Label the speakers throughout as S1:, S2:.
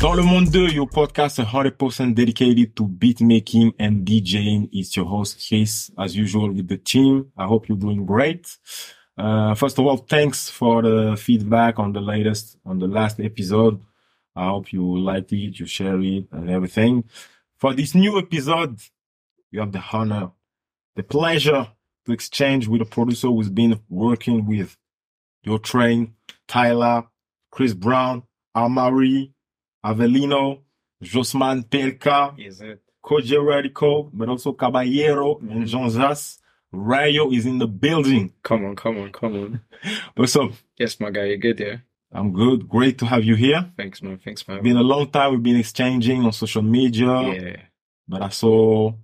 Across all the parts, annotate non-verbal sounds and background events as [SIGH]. S1: Dans le monde 2, your podcast is 100% dedicated to beat making and DJing. It's your host, Chris, as usual with the team. I hope you're doing great. Uh, first of all, thanks for the feedback on the latest, on the last episode. I hope you liked it, you share it and everything. For this new episode, we have the honor, the pleasure to exchange with a producer who's been working with your train, Tyler, Chris Brown, Amari, Avelino, Josman Pelka,
S2: Is it?
S1: Koji Radical, but also Caballero and Jean Zas. Rayo is in the building.
S2: Come on, come on, come [LAUGHS] on.
S1: What's up?
S2: Yes, my guy, you're good, yeah?
S1: I'm good. Great to have you here.
S2: Thanks, man. Thanks, man.
S1: Been a long time. We've been exchanging on social media,
S2: Yeah.
S1: but I saw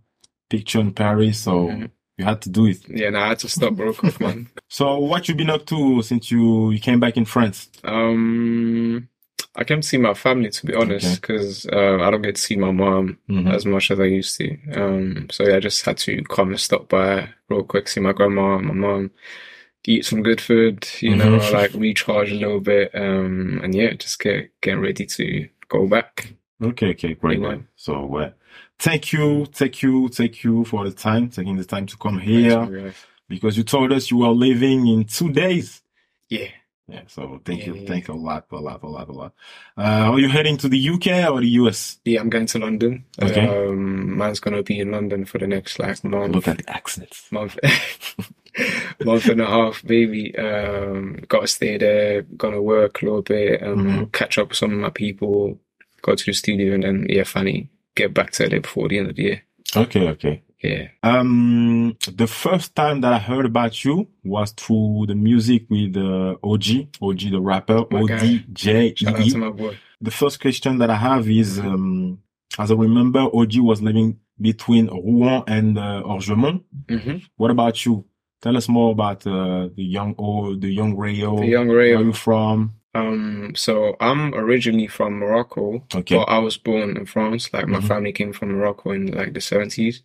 S1: picture in Paris, so
S2: Mhm.
S1: you had to do it.
S2: Yeah, nah, I had to stop real quick, [LAUGHS] man.
S1: So what you been up to since you, you came back in France?
S2: Um, I came to see my family, to be honest, because uh, I don't get to see my mom
S1: Mm-hmm.
S2: as much as I used to. Um, so yeah, I just had to come and stop by real quick, see my grandma, my mom, eat some good food, you know,
S1: Mhm.
S2: like recharge a little bit, um, and yeah, just get get ready to go back.
S1: Okay, okay, great.
S2: Yeah.
S1: man. So uh, thank you, thank you, thank you for the time, taking the time to come here
S2: Thanks, man.
S1: because you told us you are leaving in two days.
S2: Yeah.
S1: Yeah, so thank you,
S2: Yeah.
S1: thank you a lot, a lot, a lot, a lot. Uh, are you heading to the UK or the US?
S2: Yeah, I'm going to London.
S1: Okay.
S2: Um, man's gonna be in London for the next like month,
S1: Look at the accents.
S2: month, [LAUGHS] month and a half, maybe. Um, gotta stay there, gonna work a little bit, um,
S1: Mhm.
S2: catch up with some of my people, go to the studio, and then yeah, finally get back to LA before the end of the year.
S1: Okay, okay.
S2: Yeah.
S1: Um, the first time that I heard about you was through the music with uh, OG, OG the rapper,
S2: My guy. Shout out to
S1: ODJE.
S2: my boy.
S1: E The first question that I have is, um, as I remember, OG was living between Rouen and uh, Orgemont.
S2: hmm
S1: What about you? Tell us more about uh, the young O, the young Rayo.
S2: The young
S1: Where
S2: Ray.
S1: are you from?
S2: Um, so I'm originally from Morocco.
S1: Okay.
S2: Well, I was born in France. Like my
S1: Mhm.
S2: family came from Morocco in like the 70s.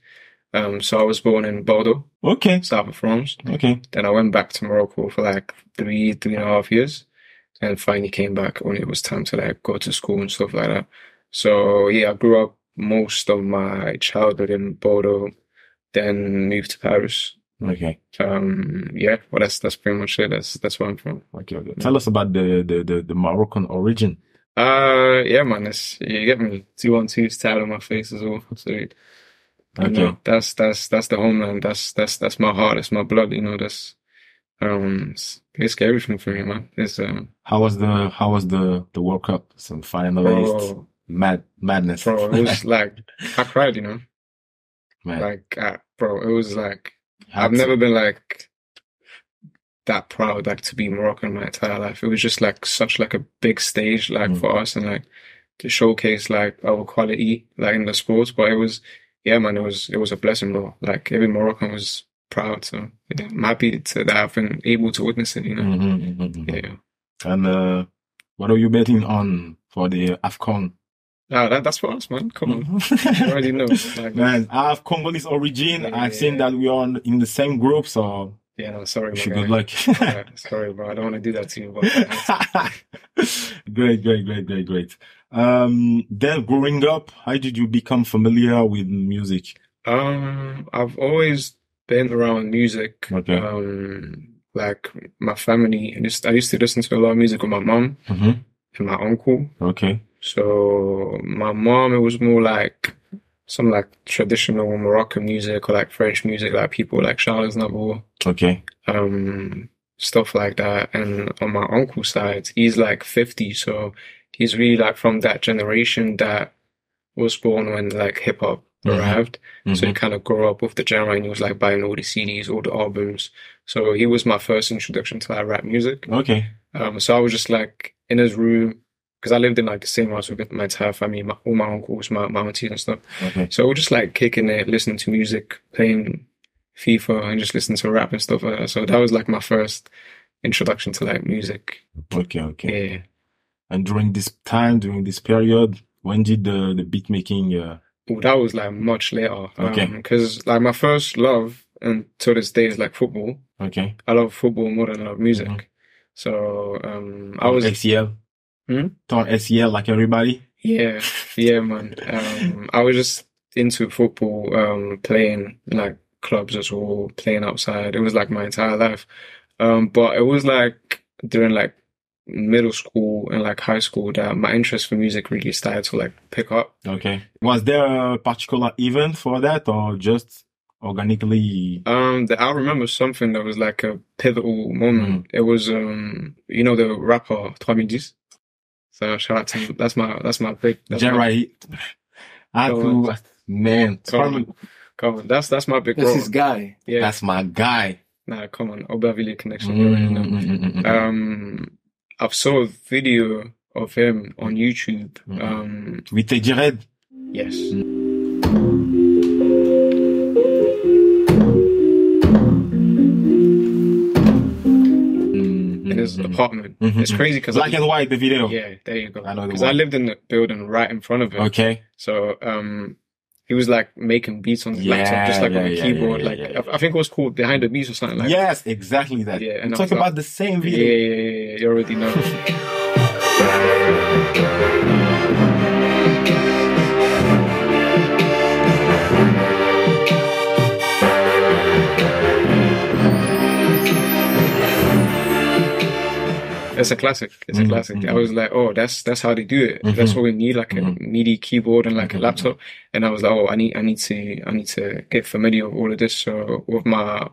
S2: Um, so I was born in Bordeaux.
S1: Okay.
S2: south of France.
S1: Okay.
S2: Then I went back to Morocco for like three, three and a half years, and finally came back when it was time to like go to school and stuff like that. So yeah, I grew up most of my childhood in Bordeaux, then moved to Paris.
S1: Okay.
S2: Um, yeah, well, that's that's pretty much it. That's that's where I'm from.
S1: Okay. okay. Tell us about the, the, the, the Moroccan origin.
S2: Uh, yeah, man, it's you get me. Two one two's tatted on my face as well. So You
S1: Okay.
S2: know, that's that's that's the homeland. That's that's that's my heart. That's my blood. You know, that's um, it's, it's everything for me, man. It's um,
S1: How was the, how was the, the World Cup? Some finalists.
S2: bro,
S1: Mad madness. [LAUGHS]
S2: bro, it was like I cried. You know,
S1: Man,
S2: like I, bro, it was like
S1: had
S2: I've
S1: to-
S2: never been like that proud like to be Moroccan my entire life. It was just like such like a big stage like
S1: Mm.
S2: for us and like to showcase like our quality like in the sports. But it was yeah man, it was it was a blessing bro. Like every Moroccan was proud. So yeah, I'm happy to, that I've been able to witness it, you know.
S1: Mhm, mhm, mhm.
S2: Yeah.
S1: And uh, what are you betting on for the AFCON?
S2: Nah, that, that's for us man. Come on.
S1: [LAUGHS]
S2: You
S1: Mhm.
S2: already know. Like,
S1: Man, I have Congolese origin. I've seen that we are on- in the same group, so
S2: yeah, no, sorry,
S1: wish
S2: my
S1: you
S2: guy.
S1: good luck.
S2: Yeah, sorry, bro. I don't want to do that to you,
S1: [LAUGHS]
S2: but
S1: great, great, great, great, great. Um, then growing up, how did you become familiar with music?
S2: Um, I've always been around music.
S1: Okay.
S2: Um, like my family, I just I used to listen to a lot of music with my mom
S1: Mhm.
S2: and my uncle.
S1: Okay.
S2: So my mom, it was more like some like traditional Moroccan music or like French music, like people like Charles Aznavour,
S1: Okay.
S2: um, stuff like that. And on my uncle's side, he's like 50, so he's really like from that generation that was born when like hip hop
S1: Mhm.
S2: arrived. So he
S1: Mhm.
S2: kind of grew up with the genre and he was like buying all the CDs, all the albums. So he was my first introduction to like rap music.
S1: Okay.
S2: Um, so I was just like in his room because I lived in like the same house with my entire family, my, all my uncles, my mom and and stuff.
S1: Okay.
S2: So we were just like kicking it, listening to music, playing FIFA and just listening to rap and stuff like that. So that was like my first introduction to like music.
S1: Okay. Okay.
S2: Yeah.
S1: And during this time, during this period, when did the, the beat making, uh,
S2: Well, that was like much later.
S1: Okay.
S2: Because like my first love and to this day is like football.
S1: okay.
S2: I love football more than I love music.
S1: Mhm.
S2: So um, I
S1: Ton
S2: was
S1: SEL.
S2: Hmm?
S1: Ton SEL E like everybody.
S2: Yeah, yeah, man. Um, I was just into football, um, playing like clubs as well, playing outside. It was like my entire life. Um, but it was like during like middle school and like high school that my interest for music really started to like pick up.
S1: Okay. Was there a particular event for that or just organically?
S2: Um, the, I remember something that was like a pivotal moment. It was, um, you know, the rapper Trois Midis. So shout out to that's my that's my big that's my-
S1: Jerry, [LAUGHS] I
S2: Go
S1: do, man,
S2: Go on.
S1: Torment-
S2: come on that's that's my big
S3: This
S2: role.
S3: is guy.
S2: yeah
S1: that's my guy.
S2: nah come on Obavile connection you already know.
S1: Mm-hmm.
S2: um I saw a video of him on YouTube um
S1: We te dirais,
S2: yes
S1: Mm.
S2: in his apartment
S1: Mhm.
S2: it's crazy because
S1: black and white, the video.
S2: yeah there you go
S1: I know the
S2: because I
S1: one.
S2: lived in the building right in front of him
S1: Okay.
S2: So um, he was like making beats on his
S1: Yeah,
S2: laptop, just like on
S1: yeah,
S2: the
S1: yeah,
S2: keyboard.
S1: yeah,
S2: like
S1: yeah, yeah,
S2: I, I think it was called Behind the Beats or something like.
S1: yes, exactly that.
S2: Yeah,
S1: Yeah,
S2: and
S1: we
S2: I
S1: talk
S2: was like-
S1: about the same
S2: Yeah,
S1: video.
S2: yeah, yeah, yeah, yeah, You already
S1: [LAUGHS]
S2: know. It's a classic. It's a
S1: Mhm,
S2: classic. I
S1: mhm.
S2: was like, oh, that's that's how they do it.
S1: Mm-hmm.
S2: That's what we need, like a MIDI keyboard and like a
S1: Mhm,
S2: laptop. And I was like, oh, I need, I need to, I need to get familiar with all of this. So with my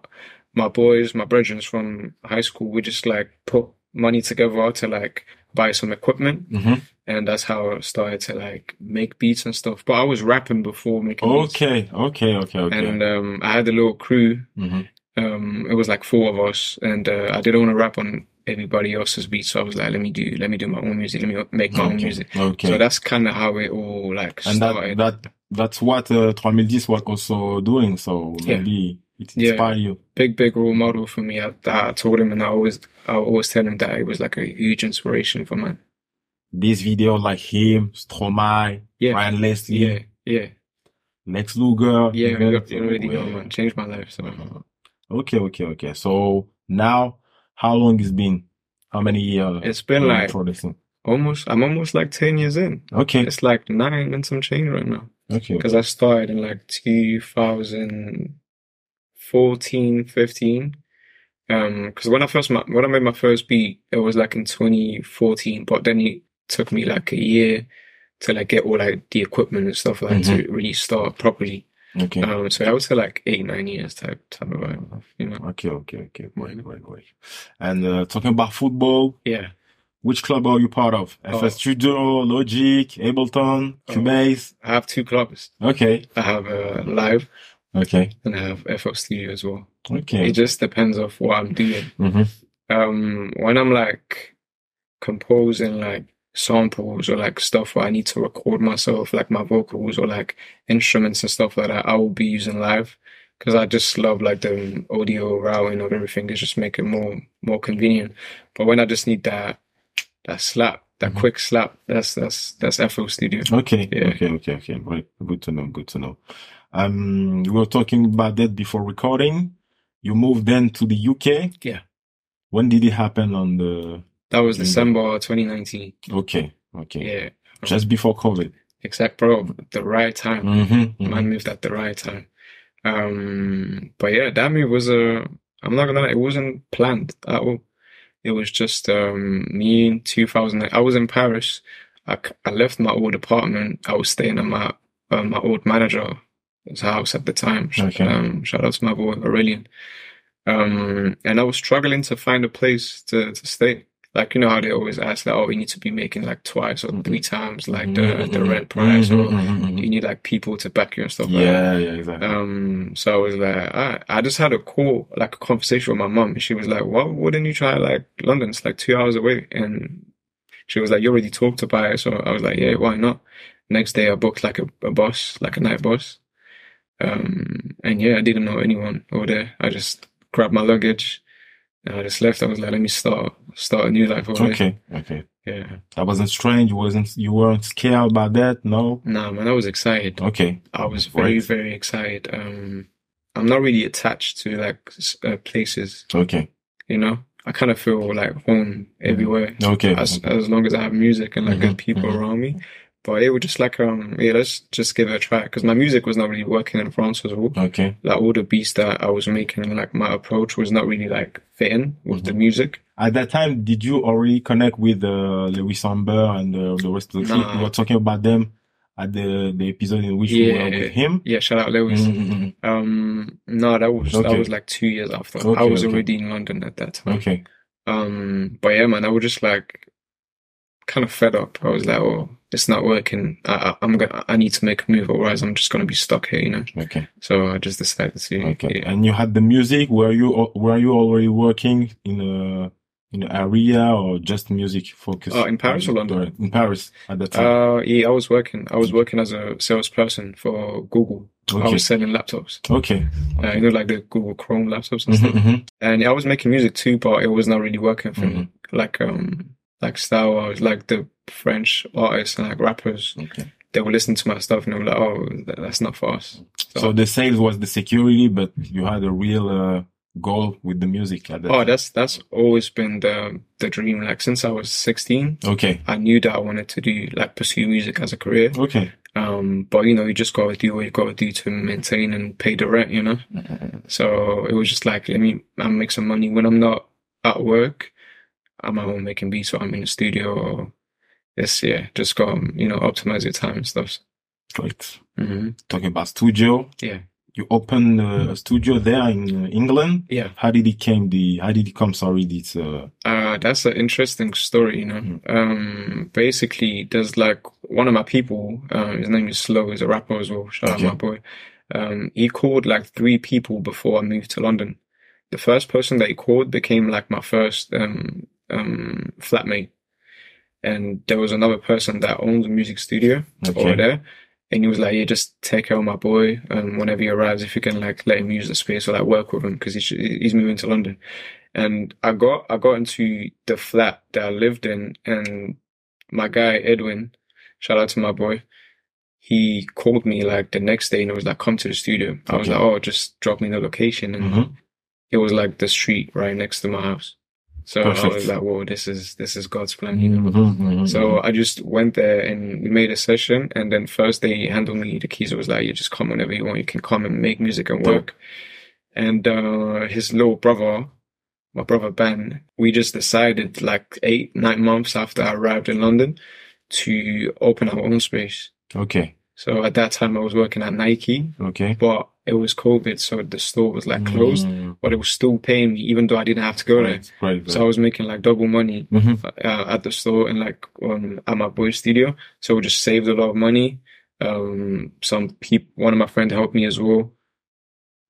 S2: my boys, my brethren from high school, we just like put money together to like buy some equipment,
S1: Mhm.
S2: and that's how I started to like make beats and stuff. But I was rapping before making beats,
S1: Okay, okay, okay, okay.
S2: and um, I had a little crew.
S1: Mhm.
S2: Um, it was like four of us, and uh, I didn't want to rap on everybody else's beats, so I was like, let me do, let me do my own music, let me make my own music.
S1: Okay.
S2: So that's kind of how it all like
S1: Mm-hmm. and that
S2: started.
S1: that that's what uh, 3010 was also doing. So
S2: Yeah.
S1: maybe it
S2: Yeah.
S1: inspired you.
S2: big big role model for me. I, I told him, and I always I always tell him that it was like a huge inspiration for me.
S1: This video, like him, Stromae,
S2: Yeah.
S1: Ryan Leslie,
S2: Yeah, yeah,
S1: Lex Luger.
S2: yeah.
S1: you
S2: You
S1: know,
S2: got- you already know,
S1: yeah.
S2: man. Changed my life. So
S1: Uh-huh. Okay, okay, okay. So now, how long it's been? How many years?
S2: it's been like
S1: producing.
S2: almost. I'm almost like ten years in.
S1: Okay,
S2: It's like nine and some change right now
S1: okay,
S2: because I started in like 2014, 15. Um, because when I first ma- when I made my first beat, it was like in 2014. But then it took me like a year to like get all like the equipment and stuff like to really start properly.
S1: okay.
S2: Um, so I would say like eight, nine years type type of vibe, you know.
S1: Okay, okay, okay. Great, great, great. And uh, talking about football,
S2: Yeah,
S1: which club are you part of?
S2: Oh.
S1: FS Studio, Logic, Ableton,
S2: Oh.
S1: Cubase.
S2: I have two clubs.
S1: Okay,
S2: I have uh, live
S1: okay,
S2: and I have FL Studio as well.
S1: okay.
S2: It just depends of what I'm doing.
S1: hmm
S2: um when I'm like composing like samples or like stuff where I need to record myself, like my vocals or like instruments and stuff like that, I will be using live because I just love like the audio routing of everything. It's just make it more more convenient. But when I just need that that slap, that
S1: Mhm.
S2: quick slap, that's that's that's FL Studio.
S1: Okay,
S2: Yeah.
S1: okay, okay, okay. Great. Good to know. Good to know. Um, we were talking about that before recording. You moved then to the UK.
S2: Yeah.
S1: When did it happen? On the
S2: That was
S1: Mhm.
S2: December 2019.
S1: okay, okay,
S2: Yeah,
S1: just before COVID.
S2: exact bro, the right time.
S1: Mm-hmm.
S2: man moved at the right time. Um, but yeah, that move was a. I'm not gonna lie, it wasn't planned at all. It was just um, me in 2000. I was in Paris. I, c- I left my old apartment. I was staying at my uh, my old manager's house at the time. Sh-
S1: Okay.
S2: Um, shout out to my boy Aurelian. Um, and I was struggling to find a place to, to stay. Like you know how they always ask like, oh, you need to be making like twice or
S1: Mhm.
S2: three times like the
S1: Mm-hmm.
S2: the rent price or
S1: Mhm.
S2: you need like people to back you and stuff like that.
S1: Yeah, yeah, exactly.
S2: Um, so I was like, I, I just had a call, like a conversation with my mum, and she was like, "Why wouldn't you try like London? It's like two hours away." And she was like, "You already talked about it," so I was like, "Yeah, why not?" Next day, I booked like a, a bus, like a night bus. Um, and yeah, I didn't know anyone over there. I just grabbed my luggage and I just left. I was like, "Let me start start a new life over there."
S1: okay, okay.
S2: Yeah,
S1: That wasn't strange. You wasn't. You weren't scared about that. No.
S2: nah, man, I was excited.
S1: Okay.
S2: I was very,
S1: Great.
S2: very excited. Um, I'm not really attached to like s- uh, places,
S1: Okay.
S2: you know. I kind of
S1: Mm-hmm.
S2: feel like home everywhere
S1: Okay. Mm-hmm.
S2: as as long as I have music and like good people around me. But yeah, we just like, um, yeah, let's just give it a try. Cause my music was not really working in France as well.
S1: Okay.
S2: Like all the beats that I was making, like my approach was not really like fitting with
S1: Mm-hmm.
S2: the music.
S1: At that time, did you already connect with uh, Lewis Amber and uh, the rest of the
S2: Nah.
S1: team? We were talking about them at the, the episode in which
S2: Yeah.
S1: we were with him.
S2: Yeah, shout out Lewis.
S1: Mhm.
S2: Um, no, that was, that
S1: Okay.
S2: was like two years after. I
S1: Okay,
S2: was
S1: okay.
S2: already in London at that time.
S1: Okay.
S2: Um, but yeah, man, I was just like kind of fed up. I was like, oh, it's not working. I, I, I'm gonna, I need to make a move, otherwise I'm just gonna be stuck here, you know.
S1: Okay.
S2: So I just decided to,
S1: Okay.
S2: yeah.
S1: And you had the music. Were you al- were you already working in a in an area or just music focus?
S2: Oh, in Paris or London?
S1: In Paris at that time.
S2: Uh, yeah, I was working. I was working as a salesperson for Google. I
S1: okay.
S2: was selling laptops, [LAUGHS]
S1: Okay.
S2: uh, you know, like the Google Chrome laptops and stuff.
S1: Mhm, mhm.
S2: And I was making music too, but it was not really working for
S1: Mhm.
S2: me. Like, um, like style, I was like the French artists and like rappers.
S1: Okay.
S2: They were listening to my stuff and they were like, "Oh, th- that's not for us."
S1: So the sales was the security, but you had a real uh, goal with the music at that
S2: Oh,
S1: time.
S2: that's that's always been the the dream. Like since I was 16,
S1: Okay.
S2: I knew that I wanted to do like pursue music as a career.
S1: Okay.
S2: Um, but you know, you just gotta do what you gotta do to maintain and pay the rent, you know? So it was just like, let me, I'll make some money when I'm not at work. I'm at home making beats or I'm in the studio or it's, yeah, just gotta, you know, optimize your time and stuff.
S1: Right.
S2: hmm
S1: Talking about studio.
S2: Yeah. Mm-hmm.
S1: You opened uh, a studio there in uh, England.
S2: Yeah.
S1: How did it came the, how did it come? Sorry, this, uh,
S2: Uh, that's an interesting story, you know.
S1: Mm.
S2: Um, basically, there's like one of my people, um, his name is Slow, he's a rapper as well. Shout out
S1: Okay.
S2: my boy. Um, he called like three people before I moved to London. The first person that he called became like my first, um, um, flatmate. And there was another person that owned the music studio over
S1: okay.
S2: there. And he was like, yeah, just take care of my boy. Um, whenever he arrives, if you can like let him use the space or like work with him because he's, he's moving to London. And I got, I got into the flat that I lived in and my guy, Edwin, shout out to my boy. He called me like the next day and it was like, come to the studio. I was
S1: Okay.
S2: like, oh, just drop me the location. And
S1: Mhm.
S2: it was like the street right next to my house. So I
S1: Perfect.
S2: was like, whoa, this is, this is God's plan, you know?
S1: Mhm, mhm,
S2: So I just went there and we made a session. And then first they handled me the keys. It was like, you just come whenever you want. You can come and make music and
S1: Dope.
S2: work. And uh, his little brother, my brother Ben, we just decided like eight, nine months after I arrived in London to open our own space.
S1: Okay.
S2: So at that time I was working at Nike,
S1: Okay.
S2: but it was COVID. So the store was like uh, closed,
S1: Mm,
S2: but it was still paying me even though I didn't have to go there.
S1: Right. Right.
S2: So I was making like double money
S1: hmm
S2: uh, at the store and like um, at my boy's studio. So we just saved a lot of money. Um, some peop one of my friends helped me as well.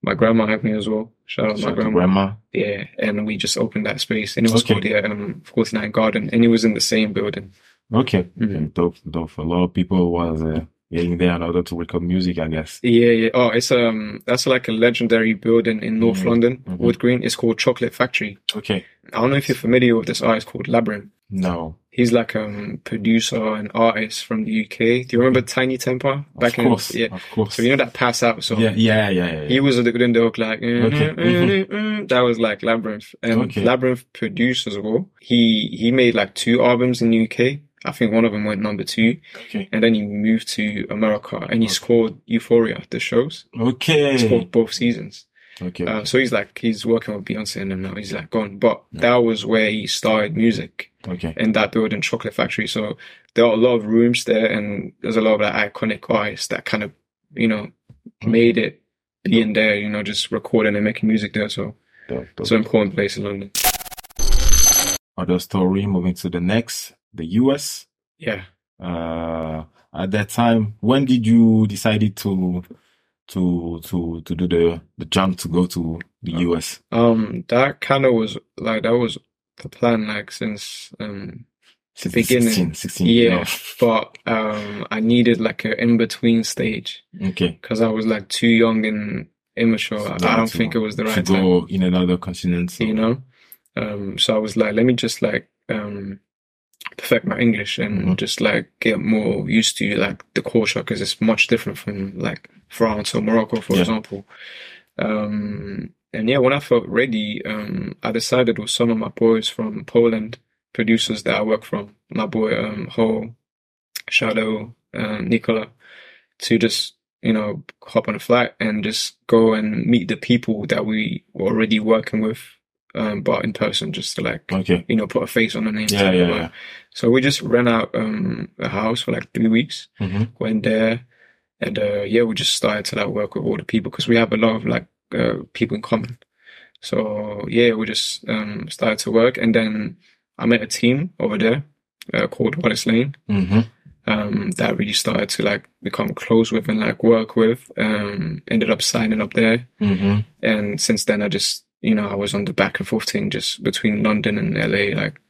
S2: My grandma helped me as well. Shout out my
S1: Grandma.
S2: grandma. Yeah, and we just opened that space, and it was
S1: Okay.
S2: called yeah, um, 49 Garden, and it was in the same building.
S1: Okay.
S2: Mhm.
S1: Dope, dope. A lot of people was uh, getting there in order to record music, I guess.
S2: Yeah, yeah. Oh, it's um, that's like a legendary building in North
S1: Mhm.
S2: London,
S1: Mhm.
S2: Wood Green. It's called Chocolate Factory.
S1: Okay.
S2: I don't know if you're familiar with this artist called Labyrinth.
S1: No.
S2: He's like um producer and artist from the UK. Do you remember Tiny Temper
S1: Of
S2: in
S1: course.
S2: yeah?
S1: Of course.
S2: So you know that pass out song?
S1: yeah, yeah, yeah, yeah.
S2: He was at the good end of like mm,
S1: Okay, Mm-hmm.
S2: mm, mm, mm. that was like Labyrinth. And
S1: Okay.
S2: Labyrinth produced as well. He he made like two albums in the UK. I think one of them went number two.
S1: Okay.
S2: And then he moved to America and he
S1: Okay.
S2: scored Euphoria, the shows. He
S1: Okay.
S2: scored both seasons.
S1: Okay.
S2: Uh, so he's like he's working with Beyonce and them now. He's like gone. But that was where he started music
S1: okay.
S2: in that building, Chocolate Factory. So there are a lot of rooms there, and there's a lot of like, iconic artists that kind of, you know,
S1: Mm-hmm.
S2: made it being there. You know, just recording and making music there. So
S1: Dope, dope.
S2: it's an important place in London.
S1: Other story. Moving to the next, the US.
S2: Yeah.
S1: Uh, at that time, when did you decided to to to to do the the jump to go to
S2: Uh,
S1: the US?
S2: Um, that kind of was like that was the plan, like since um,
S1: The 16,
S2: beginning.
S1: 16
S2: yeah.
S1: no.
S2: But um, I needed like a in between stage
S1: Okay.
S2: because I was like too young and immature. I
S1: Yeah,
S2: don't
S1: to-
S2: think it was the
S1: to
S2: right time.
S1: go in another continent. so-
S2: you know um so i was like let me just like um perfect my english and
S1: Mhm.
S2: just like get more used to like the culture because it's much different from like france or morocco for
S1: Yeah.
S2: example um and yeah when i felt ready um i decided with some of my boys from poland producers that i work from my boy um ho shadow uh, Nicola, to just you know hop on a flight and just go and meet the people that we were already working with, um, but in person, just to like
S1: Okay.
S2: you know put a face on the name.
S1: Yeah,
S2: tag,
S1: yeah,
S2: but-
S1: yeah.
S2: So we just rent out um, a house for like three weeks.
S1: hmm
S2: Went there, and uh, yeah, we just started to like work with all the people because we have a lot of like uh, people in common. So yeah, we just um, started to work, and then I met a team over there uh, called Wallace Lane
S1: hmm
S2: um, that I really started to like become close with and like work with. Um, ended up signing up there,
S1: hmm
S2: and since then I just you know I was on the back and forth thing just between London and LA, like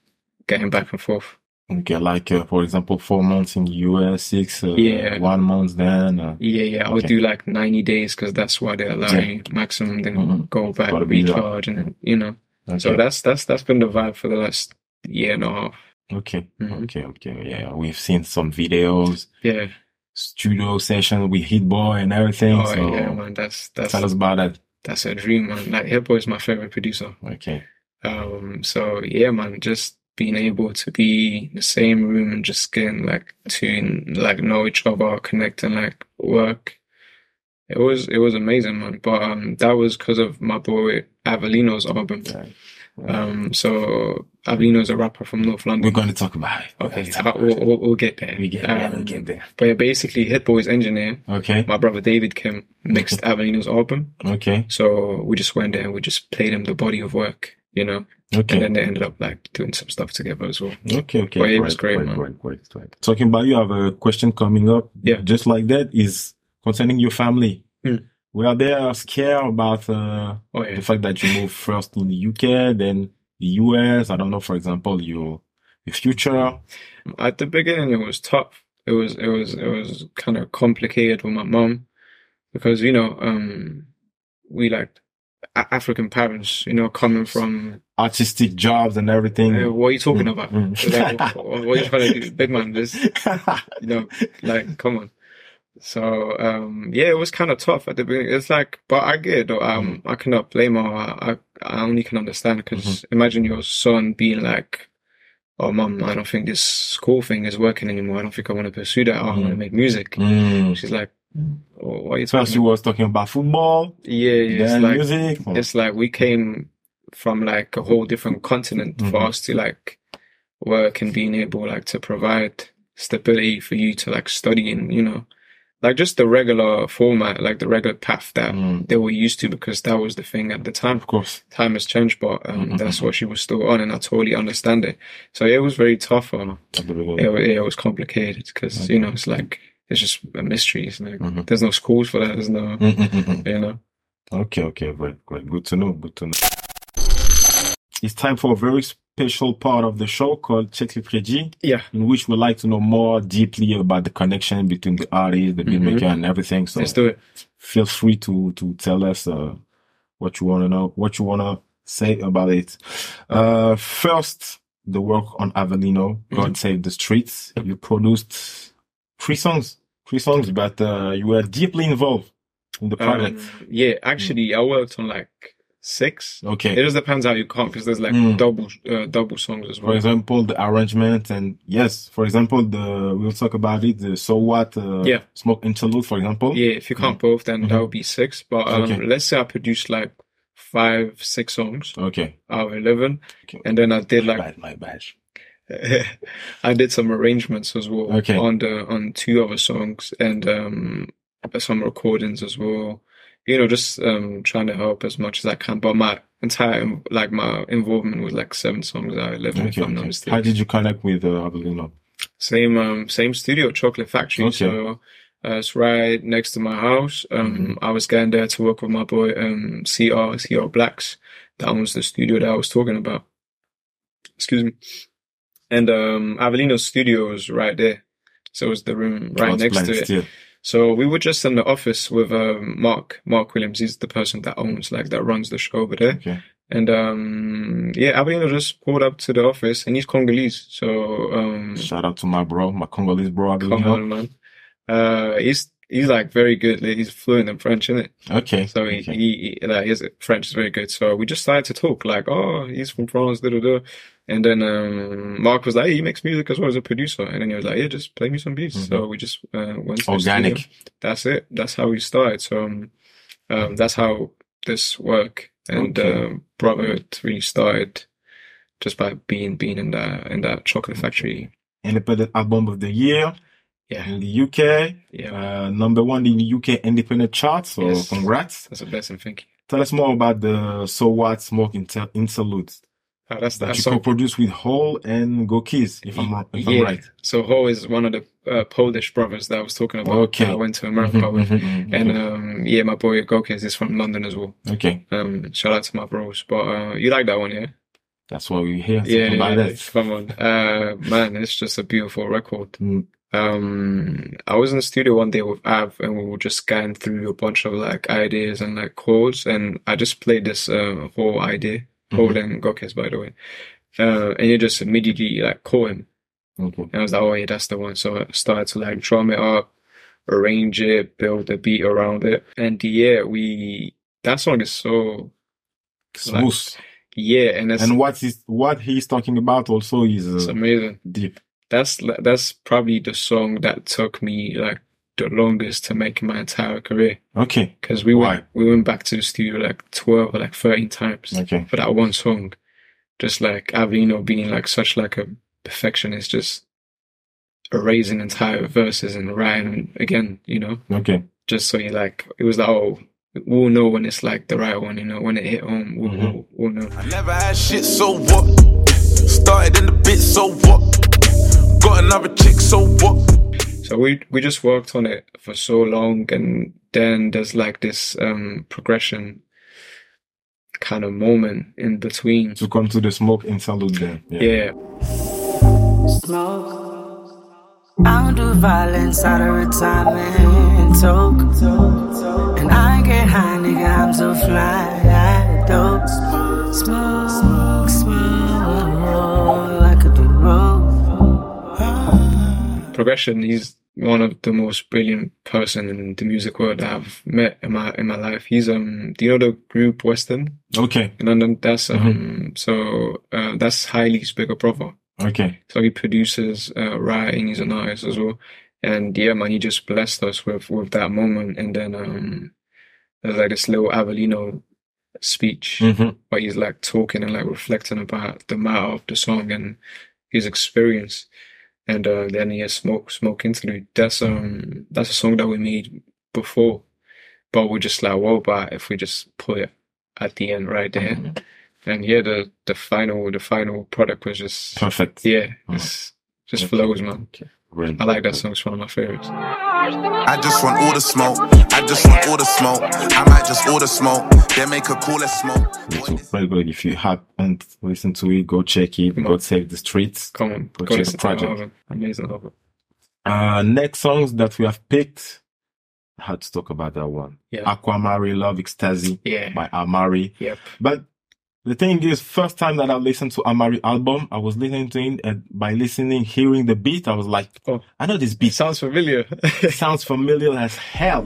S2: getting back and forth.
S1: Okay, like uh, for example, four months in the US, six, uh,
S2: Yeah.
S1: one month then. Uh,
S2: Yeah, yeah, I would
S1: Okay.
S2: do like 90 days because that's why they allow
S1: Yeah.
S2: you maximum, then
S1: Mhm.
S2: go back,
S1: Gotta be that.
S2: recharge, and then, you know.
S1: okay.
S2: So that's that's that's been the vibe for the last year and a half.
S1: okay,
S2: Mhm.
S1: okay, okay. Yeah, we've seen some videos,
S2: Yeah.
S1: studio session with Hit Boy and everything.
S2: Oh
S1: so
S2: yeah, man. That's that's
S1: tell us about that.
S2: that's a dream, man. Like Hippo is my favorite producer.
S1: Okay.
S2: Um. So yeah, man. Just being able to be in the same room and just getting like to like know each other, connect, and like work. It was it was amazing, man. But um, that was because of my boy Avelino's album.
S1: Yeah.
S2: Um, so Avelino's a rapper from North
S1: We're
S2: London.
S1: going to talk about it. We're
S2: Okay,
S1: gonna talk
S2: we'll,
S1: about it.
S2: we'll, we'll get there.
S1: we get there. we
S2: Um,
S1: get there.
S2: But yeah, basically, Hit Boy's engineer,
S1: Okay.
S2: my brother David Kim,
S1: [LAUGHS]
S2: mixed Avelino's album.
S1: Okay.
S2: So we just went there and we just played him the body of work, you know.
S1: Okay.
S2: And then they ended up like doing some stuff together as well.
S1: Okay, okay.
S2: But it was great,
S1: great,
S2: man.
S1: great, great, great. Talking about you, I have a question coming up.
S2: Yeah.
S1: Just like that is concerning your family.
S2: Mm.
S1: Were they scared about uh,
S2: Oh
S1: the
S2: yeah,
S1: fact that you moved first to the UK, then the US? I don't know, for example, your, your future.
S2: Um, at the beginning it was tough. It was it was it was kind of complicated with my mum because you know um we like a- African parents, you know, coming from
S1: Artistic jobs and everything.
S2: Uh, what are you talking about?
S1: Mm.
S2: Like, [LAUGHS] wh- wh- what are you trying to do? Big man, just, you know, like, come on. So, um, yeah, it was kind of tough at the beginning. It's like, but I get it though. Um,
S1: Mm-hmm.
S2: I cannot blame her. I, I I only can understand because
S1: Mm-hmm.
S2: imagine your son being like, oh, mom,
S1: Mm.
S2: I don't think this school thing is working anymore. I don't think I want to pursue that. Oh, I want to
S1: Mhm.
S2: make music.
S1: Mm.
S2: She's like, oh, what are you
S1: First,
S2: talking
S1: you
S2: about?
S1: was talking about football,
S2: Yeah, yeah. It's
S1: then
S2: like,
S1: music.
S2: it's like we came from like a whole different continent for
S1: Mhm.
S2: us to like work and being able like to provide stability for you to like study and you know like just the regular format like the regular path that
S1: Mm.
S2: they were used to because that was the thing at the time
S1: Of course.
S2: time has changed but um, that's what she was still on and i totally understand it so yeah, it was very tough for her
S1: At the beginning.
S2: it, wa- it was complicated because you know it's like it's just a mystery it's like
S1: Mhm.
S2: there's no schools for that there's no
S1: Mm, mm, mm, mm.
S2: you know
S1: Okay, okay, great, great. Good to know. Good to know. It's time for a very special part of the show called Check with Reggie,
S2: yeah
S1: in which we like to know more deeply about the connection between the artist, the
S2: Mhm.
S1: beatmaker, and everything. So
S2: let's do it
S1: feel free to to tell us uh, what you want to know, what you want to say about it. Uh, first, the work on Avelino,
S2: Mm-hmm.
S1: God Save the Streets. You produced three songs, three songs, but uh, you were deeply involved in the project.
S2: Um, yeah, actually, I worked on like six.
S1: Mm. okay.
S2: It just depends how you count because there's like
S1: Mm.
S2: double uh, double songs as
S1: for
S2: well.
S1: example the arrangement and yes for example the we'll talk about it the so what uh,
S2: Yeah.
S1: smoke interlude for example
S2: Yeah, if you count both, then that would be six. But
S1: Mm.
S2: um,
S1: Mm-hmm. Okay.
S2: let's say I produced like five, six songs
S1: okay
S2: out of eleven,
S1: Okay.
S2: and then I did like
S1: bad my bad
S2: [LAUGHS] I did some arrangements as well
S1: Okay.
S2: on the on two other songs and um some recordings as well. You know, just um trying to help as much as I can. But my entire like my involvement was like seven songs out of eleven, if
S1: okay,
S2: I'm not
S1: okay.
S2: mistaken.
S1: how did you connect with uh, Abelino?
S2: Same um same studio, Chocolate Factory.
S1: Okay.
S2: So uh, it's right next to my house. Um, I was going there to work with my boy um CR CR Blacks. That was the studio that I was talking about. Excuse me. And um Avelino's studio was right there. So it was the room right
S1: What's
S2: next
S1: planned
S2: to it.
S1: still?
S2: So we were just in the office with um, Mark Mark Williams. He's the person that owns like that runs the show over there.
S1: okay
S2: And um yeah, Avelino just pulled up to the office, and he's Congolese. So um
S1: shout out to my bro my congolese bro
S2: Come
S1: Abelino.
S2: on, man. Uh, he's he's like very good. He's fluent in French, isn't it?
S1: Okay.
S2: So he,
S1: okay.
S2: he, he like his French is very good. So we just started to talk like, oh, he's from France, da da da. And then um, Mark was like, hey, he makes music as well as a producer. And then he was like, yeah, just play me some beats. So we just uh, went to
S1: Mm-hmm.
S2: the
S1: Organic.
S2: studio. That's it. That's how we started. So um, um, that's how this work and
S1: Okay.
S2: um, brotherhood really started just by being being in that in that chocolate factory.
S1: Independent album of the year
S2: Yeah,
S1: in the UK.
S2: yeah.
S1: Uh, number one in the UK independent chart. So
S2: Yes.
S1: congrats.
S2: That's a blessing. Thank you.
S1: Tell us more about the So What Smoke Inter- Interlude
S2: Oh, that's
S1: that
S2: that
S1: you
S2: song.
S1: co-produced with Hole and Gokiz, if I'm wrong- if I'm
S2: Yeah.
S1: right.
S2: So Ho is one of the uh, Polish brothers that I was talking about.
S1: Okay.
S2: that I went to
S1: Mm-hmm,
S2: America with. And
S1: And,
S2: um, yeah, my boy Gokes is from London as well.
S1: okay,
S2: Um, shout out to my bros. But uh, you like that one, yeah?
S1: that's why we're here.
S2: Yeah,
S1: talking about
S2: yeah,
S1: that.
S2: come on, uh, man, it's just a beautiful record.
S1: Mm.
S2: Um, I was in the studio one day with Av, and we were just scanning through a bunch of like ideas and like chords, and I just played this uh, whole idea,
S1: Mm-hmm.
S2: whole and Gokes, by the way. Uh, and you just immediately like caught him.
S1: Okay.
S2: And I was like, oh yeah, that's the one. So I started to like drum it up, arrange it, build a beat around it. And yeah, we that song is so
S1: Smooth.
S2: yeah, and it's,
S1: and what is what he's talking about also is
S2: it's
S1: uh,
S2: amazing.
S1: deep.
S2: That's that's probably the song that took me like the longest to make in my entire career
S1: Okay.
S2: because we
S1: Why?
S2: went we went back to the studio like twelve or like thirteen times
S1: Okay.
S2: for that one song. Just like Avino being like such like a perfectionist, just erasing entire verses and writing again, you know.
S1: Okay.
S2: just so you like it was like oh we'll know when it's like the right one you know when it hit home we'll, we'll, we'll know
S3: I never had shit, so what? Started in the bit, so what? Got another chick, so what?
S2: so we we just worked on it for so long and then there's like this um progression kind of moment in between
S1: To come to the smoke and salute them.
S2: yeah
S4: smoke. I don't do violence out of retirement toke. And I get high, nigga, I'm so fly. I dope. Smoke, smoke. I could do rope.
S2: progression he's one of the most brilliant person in the music world that I've met in my in my life he's um do you know the group Western
S1: Okay.
S2: in London that's um so uh, that's Hailey's bigger brother
S1: Okay.
S2: So he produces, uh, writing, he's an artist as well. And yeah, man, he just blessed us with, with that moment. And then, um, there's like this little Avelino speech
S1: Mhm.
S2: where he's like talking and like reflecting about the matter of the song and his experience. And, uh, then he has Smoke, Smoke Interlude. That's, um, that's a song that we made before, but we're just like, what about if we just put it at the end right there? And yeah, the, the final, the final product was just,
S1: Perfect.
S2: yeah, it's just flows, man.
S1: Great.
S2: I like that song. It's one of my favorites.
S3: I just want all the smoke. I just want all the smoke. I might just order smoke. Then make a call as smoke.
S1: It's incredible. If you haven't listened to it, go check it.
S2: Mm-hmm.
S1: God save the streets.
S2: Come on,
S1: Which
S2: go
S1: is
S2: listen to that
S1: Project.
S2: album. Amazing album.
S1: Uh, next songs that we have picked. I had to talk about that one.
S2: Yeah.
S1: Aquamari Love Ecstasy
S2: Yeah.
S1: by Amari.
S2: Yep.
S1: But the thing is, first time that I listened to Amari album, I was listening to it and by listening, hearing the beat, I was like,
S2: Oh.
S1: I know this beat.
S2: Sounds familiar. [LAUGHS]
S1: It sounds familiar as hell.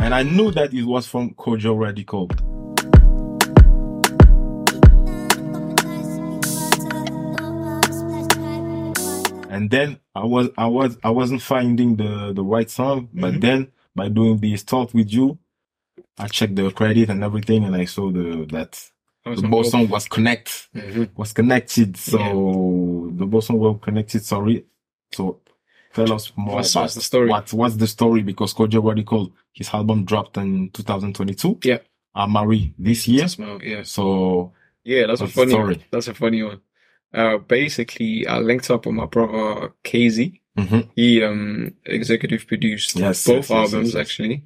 S1: And I knew that it was from Kojo Radical. And then I was, I was, I wasn't finding the, the right song, but
S2: Mm-hmm.
S1: then by doing this talk with you, I checked the credit and everything and I saw the, that the both song was connect,
S2: Mhm.
S1: was connected. So the both song were connected. Sorry. So tell us more
S2: What's-
S1: about
S2: what's the story?
S1: What, what's the story? Because Kojo Radical, his album dropped in 2022.
S2: Yeah.
S1: Amari this year.
S2: Yes, man. Yeah.
S1: So
S2: Yeah, that's a
S1: What's the
S2: funny one.
S1: story?
S2: That's a funny one. Uh, basically, I linked up with my brother KZ.
S1: Mhm.
S2: He um executive produced
S1: Yes, yes, yes,
S2: both
S1: yes,
S2: albums
S1: yes.
S2: actually.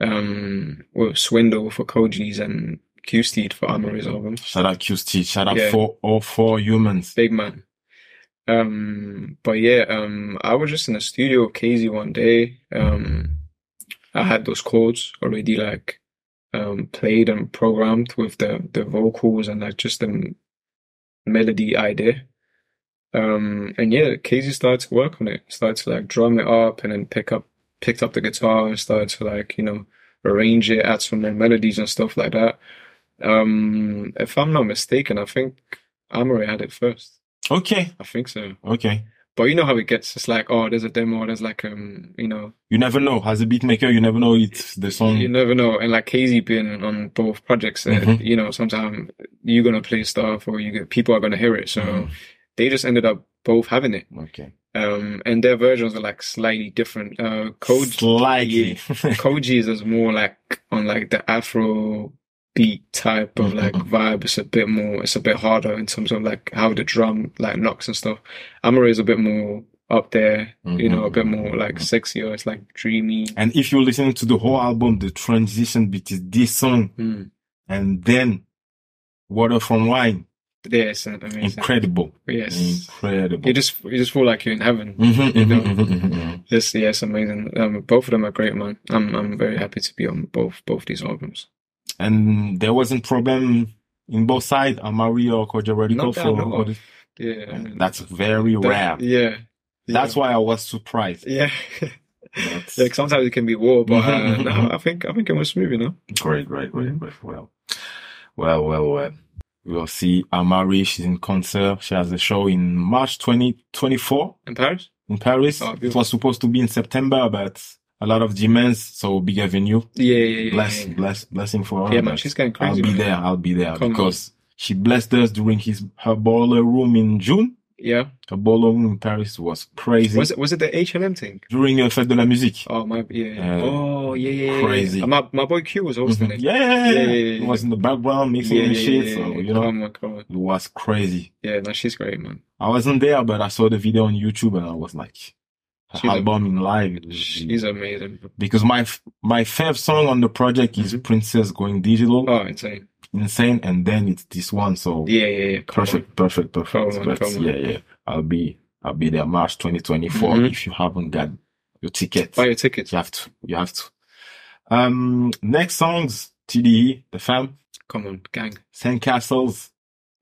S2: Um, with Swindle for Koji's and Q Steed for Amory's album.
S1: shout out QST, shout out
S2: Yeah.
S1: for all four humans.
S2: Big man. Um, but yeah, um, I was just in the studio with KZ one day. Um, I had those chords already like um, played and programmed with the the vocals and like just the melody idea. Um, and yeah, Casey started to work on it, started to like drum it up and then pick up picked up the guitar and started to like, you know, arrange it, add some more melodies and stuff like that. Um, if I'm not mistaken, I think Amory had it first.
S1: Okay.
S2: I think so.
S1: Okay.
S2: But you know how it gets. It's like, oh, there's a demo. There's like, um, you know,
S1: You never know. As a beat maker, you never know it's the song.
S2: you never know. And like Casey being on both projects, uh,
S1: Mhm.
S2: you know, sometimes you're gonna play stuff or you get, people are gonna hear it. So
S1: Mhm.
S2: they just ended up both having it.
S1: Okay.
S2: Um, and their versions are like slightly different. Uh, Koji,
S1: Slightly.
S2: Koji's is more like on like the Afro beat type of like
S1: Mm-hmm.
S2: vibe. It's a bit more. It's a bit harder in terms of like how the drum like knocks and stuff. Amore is a bit more up there. You know, a bit
S1: Mm-hmm.
S2: more like sexier. It's like dreamy.
S1: [LAUGHS] and if you listen to the whole album, the transition between this song
S2: Mm.
S1: and then Water from Wine,
S2: Yes, amazing.
S1: incredible.
S2: Yes.
S1: Incredible.
S2: You just you just feel like you're in heaven.
S1: Mhm, mhm,
S2: know.
S1: mhm, mhm, mhm.
S2: This yes, amazing. Um, both of them are great, man. I'm I'm very happy to be on both both these albums.
S1: And there wasn't problem in both sides, Amari or Koja Radical
S2: Not that I
S1: for
S2: know
S1: all
S2: of.
S1: this-
S2: Yeah, I mean,
S1: That's very
S2: that-
S1: rare.
S2: Yeah,
S1: That's why I was surprised.
S2: yeah. [LAUGHS]
S1: That's
S2: like sometimes it can be war, but uh,
S1: Mhm, mhm, mhm.
S2: no, I think I think it was smooth, you know.
S1: great, great,
S2: Mm-hmm.
S1: great, great. Well, well, well, well. We'll see Amari. She's in concert. She has a show in March 2024
S2: In Paris,
S1: in Paris.
S2: Oh, beautiful.
S1: it was supposed to be in September, but a lot of demands. So bigger venue.
S2: yeah, yeah, yeah.
S1: Bless,
S2: yeah,
S1: bless, blessing for her.
S2: yeah. Yeah, man,
S1: but
S2: she's going
S1: I'll
S2: crazy.
S1: be
S2: man.
S1: there. I'll be there
S2: Come on.
S1: because she blessed us during his her boiler room in June.
S2: Yeah,
S1: Her boiler room in Paris was crazy.
S2: was it was it the H and M thing?
S1: during a fête de la musique.
S2: Oh my, yeah. yeah.
S1: Uh,
S2: oh yeah, yeah, yeah, yeah.
S1: crazy.
S2: Uh, my my boy Q was hosting
S1: Mhm.
S2: it.
S1: Yeah, yeah, yeah,
S2: Yeah,
S1: yeah.
S2: yeah, yeah.
S1: It was in the background mixing and shit. so you know,
S2: Come on, come on.
S1: it was crazy.
S2: Oh, Yeah, no, she's great, man.
S1: I wasn't there, but I saw the video on YouTube and I was like, her
S2: She's a-
S1: album in live. it was-
S2: She's amazing.
S1: because my f- my favorite song on the project is Princess Going Digital,
S2: Mm-hmm. Oh, insane.
S1: Insane, and then it's this one. So
S2: Yeah, yeah, yeah. Come on.
S1: perfect, perfect, perfect.
S2: Come on,
S1: but
S2: come on.
S1: yeah, yeah, I'll be I'll be there March 2024.
S2: Mhm.
S1: If you haven't got your ticket,
S2: Buy your tickets.
S1: you have to, you have to. Um, next songs TDE, the fam,
S2: Come on, gang.
S1: Sandcastles,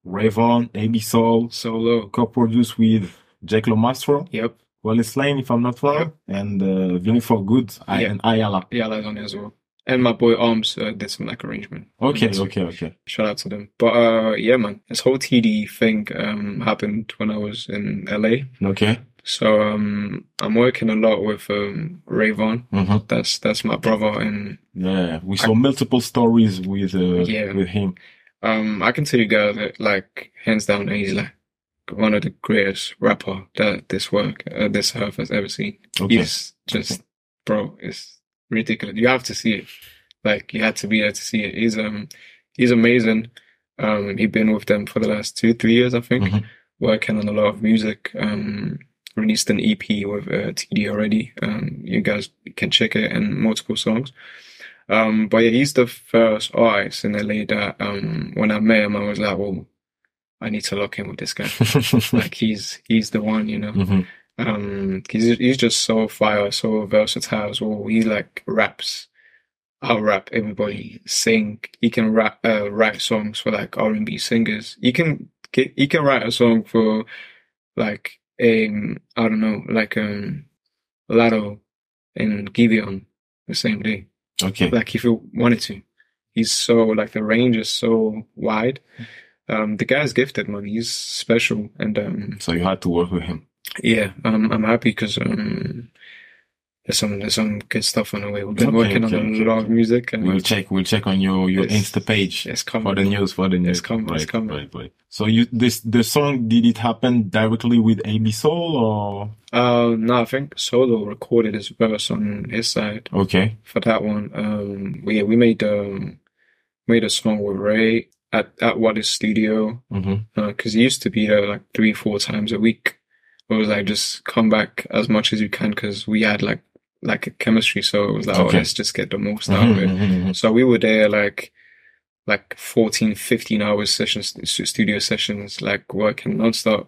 S1: Ravon, AB Soul,
S2: Solo.
S1: co-produced with Jack Lomastro.
S2: Yep.
S1: Well, it's Lane, if I'm not wrong,
S2: Yep.
S1: and uh, Villain for Good I,
S2: Yeah.
S1: and Ayala.
S2: Yeah, that's on it as well. And my boy Arms uh, did some like arrangement.
S1: Okay,
S2: That's-
S1: okay, okay.
S2: Shout out to them. But uh, yeah, man, this whole TD thing um, happened when I was in LA.
S1: Okay.
S2: So um, I'm working a lot with um, Ray Vaughn.
S1: hmm
S2: That's that's my brother, and
S1: Yeah, we saw multiple stories with uh,
S2: Yeah.
S1: with him.
S2: um, I can tell you guys that like hands down, he's like one of the greatest rapper that this work uh, this earth has ever seen.
S1: Okay. [LAUGHS]
S2: It's just, bro, it's ridiculous. You have to see it. Like you had to be there to see it. He's um, he's amazing. Um, he's been with them for the last two, three years, I think,
S1: Mhm.
S2: working on a lot of music. Um, released an EP with uh, TD already. Um, you guys can check it and multiple songs. Um, but yeah, he's the first artist in LA that um, when I met him, I was like, well, I need to lock in with this
S1: [LAUGHS]
S2: guy.
S1: Mm-hmm.
S2: like he's he's the one, you know.
S1: Mhm.
S2: Um, he's he's just so fire, so versatile as well. He like raps, I'll rap everybody, sing. He can rap, uh, write songs for like R and B singers. He can get, he can write a song for like um I don't know like um Lado and Giveon the same day.
S1: Okay.
S2: Like if you wanted to, he's so like the range is so wide. Um, the guy's gifted, man. He's special, and um,
S1: So you had to work with him.
S2: yeah, um, I'm happy because um, there's some there's some good stuff on the way. We've been
S1: Okay,
S2: working on
S1: okay,
S2: a
S1: okay,
S2: lot of music, and
S1: We'll check. We'll check on your your
S2: Yes.
S1: Insta page
S2: it's
S1: for
S2: coming.
S1: the news. For the news.
S2: coming,
S1: Right,
S2: it's coming.
S1: Right, right. So you this the song did it happen directly with AB Soul or
S2: Uh, no, I think Solo recorded his verse on his side
S1: okay?
S2: for that one. Um, we we made um made a song with Ray at at Wallace Studio
S1: Mm-hmm.
S2: because he used to be there like three four times a week. It was like just come back as much as you can because we had like like a chemistry, so it was like oh
S1: Okay.
S2: let's just get the most
S1: Mm-hmm,
S2: out of it. So we were there like like 14, 15 hour sessions, stu- studio sessions, like working nonstop.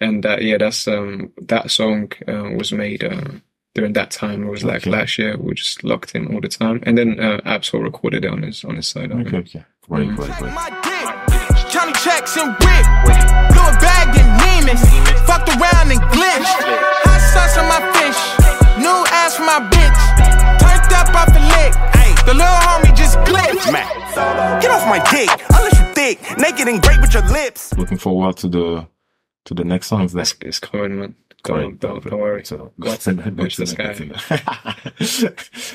S2: and that yeah, that's um that song uh, was made um, during that time. It was like
S1: Okay.
S2: last year. We were just locked in all the time, and then uh, Absol recorded it on his on his side.
S1: Okay, okay. Great, great,
S5: Check
S1: great.
S5: my dick. Counting checks and whip. Blue bag and Neiman's. Fucked around and glitch. Hot sauce on my fish. New ass for my bitch. Turned up off the lick. The little homie just glitched.
S6: Get off my dick, unless you thick, naked and great with your lips.
S1: Looking forward to the to the next songs. That's
S2: It's, it's coming, man.
S1: Great,
S2: Don't, don't, don't worry.
S1: So,
S2: Watch
S1: [LAUGHS] go-
S2: the-
S1: go
S2: watch
S1: to
S2: the
S1: next.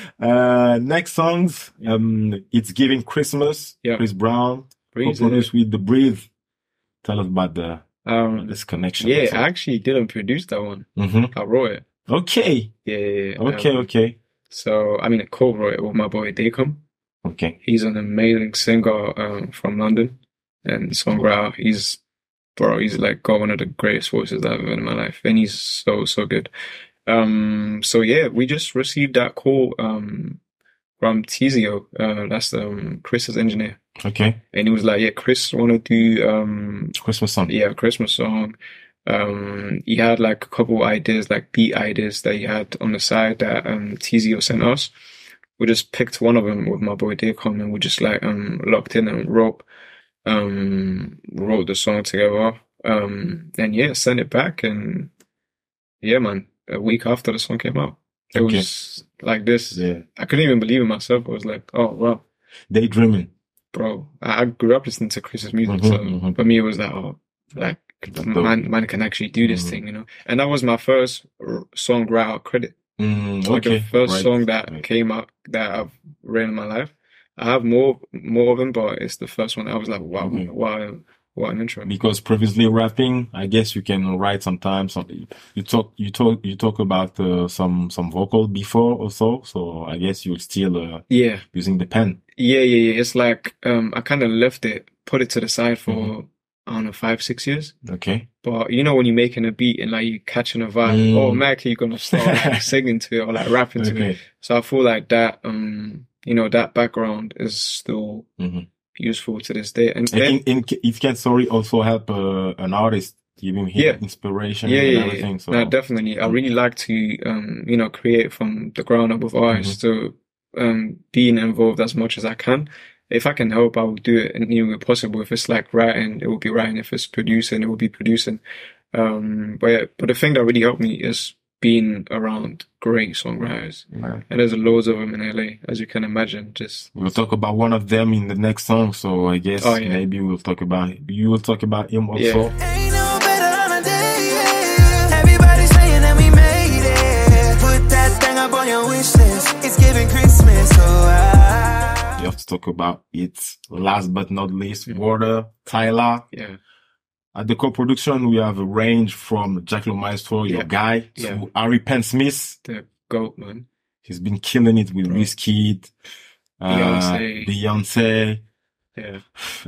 S1: [LAUGHS] uh, next songs, um, it's giving Christmas.
S2: Yeah.
S1: Chris Brown,
S2: Breeze,
S1: produced with the Breathe. Tell us about the
S2: Um,
S1: this connection.
S2: yeah, I actually didn't produce that one.
S1: hmm
S2: I wrote it.
S1: Okay,
S2: Yeah, yeah, yeah.
S1: okay,
S2: Um,
S1: okay,
S2: So I mean, I co-wrote it with my boy Dacom.
S1: okay.
S2: He's an amazing singer um, from London and songwriter. He's bro, he's like got one of the greatest voices that I've ever in my life, and he's so so good. Um, so yeah, we just received that call um from Tizio. Uh, that's um Chris's engineer,
S1: Okay,
S2: and he was like, "Yeah, Chris want to do um
S1: Christmas song.
S2: yeah, Christmas song. Um, he had like a couple ideas, like beat ideas that he had on the side that um Tizio sent us. We just picked one of them with my boy Deacon and we just like um locked in and wrote um wrote the song together. Um and yeah, sent it back and yeah man, a week after the song came out. It
S1: Okay.
S2: was like this.
S1: yeah.
S2: I couldn't even believe it myself. I was like, oh wow
S1: Daydreaming.
S2: bro, I I grew up listening to Chris's music,
S1: Mhm,
S2: so
S1: mhm.
S2: for me it was like, oh, like
S1: That's dope.
S2: man, man can actually do this
S1: Mhm.
S2: thing, you know. And that was my first r- songwriter credit,
S1: Mm,
S2: like
S1: okay,
S2: the first
S1: right,
S2: song that
S1: right.
S2: came out that I've written in my life. I have more more of them, but it's the first one. I was like, wow,
S1: Mhm.
S2: wow, what an intro.
S1: because previously rapping, I guess you can write sometimes. Some, you talk, you talk, you talk about uh, some some vocal before or so. So I guess you're still uh,
S2: Yeah,
S1: using the pen.
S2: yeah, yeah, yeah. It's like um, I kind of left it, put it to the side for
S1: Mm-hmm.
S2: I don't know five, six years.
S1: Okay.
S2: But you know when you're making a beat and like you catching a vibe,
S1: Mm.
S2: oh automatically you're gonna start
S1: [LAUGHS]
S2: like, singing to it or like rapping to it.
S1: Okay.
S2: So I feel like that, um, you know, that background is still
S1: Mhm.
S2: useful to this day. And
S1: And
S2: then,
S1: in, in, it can sorry also help uh, an artist giving him
S2: Yeah.
S1: inspiration
S2: yeah,
S1: and
S2: yeah, yeah,
S1: everything. So
S2: no, definitely. I really like to, um, you know, create from the ground up with artists.
S1: Mm-hmm.
S2: So, um, being involved as much as I can. If I can help, I will do it in any way possible. If it's like writing, it will be writing. If it's producing, it will be producing. Um, but but the thing that really helped me is being around great songwriters,
S1: Right.
S2: and there's loads of them in LA, as you can imagine. Just
S1: we'll talk about one of them in the next song. So I guess
S2: Oh, yeah.
S1: maybe we'll talk about you will talk about him also.
S2: Yeah.
S5: Ain't no better on a day, yeah. Everybody saying that we made it. Put that thing up on your wish list. It's giving Christmas, so I.
S1: We have to talk about it. Last but not least, Water Tyler.
S2: yeah,
S1: At the co-production, we have a range from Jack Maestro, your
S2: Yeah.
S1: guy, to
S2: Yeah.
S1: Harry Penn Smith.
S2: the goat man.
S1: He's been killing it with Wizkid, uh,
S2: Beyonce.
S1: Beyonce,
S2: Yeah,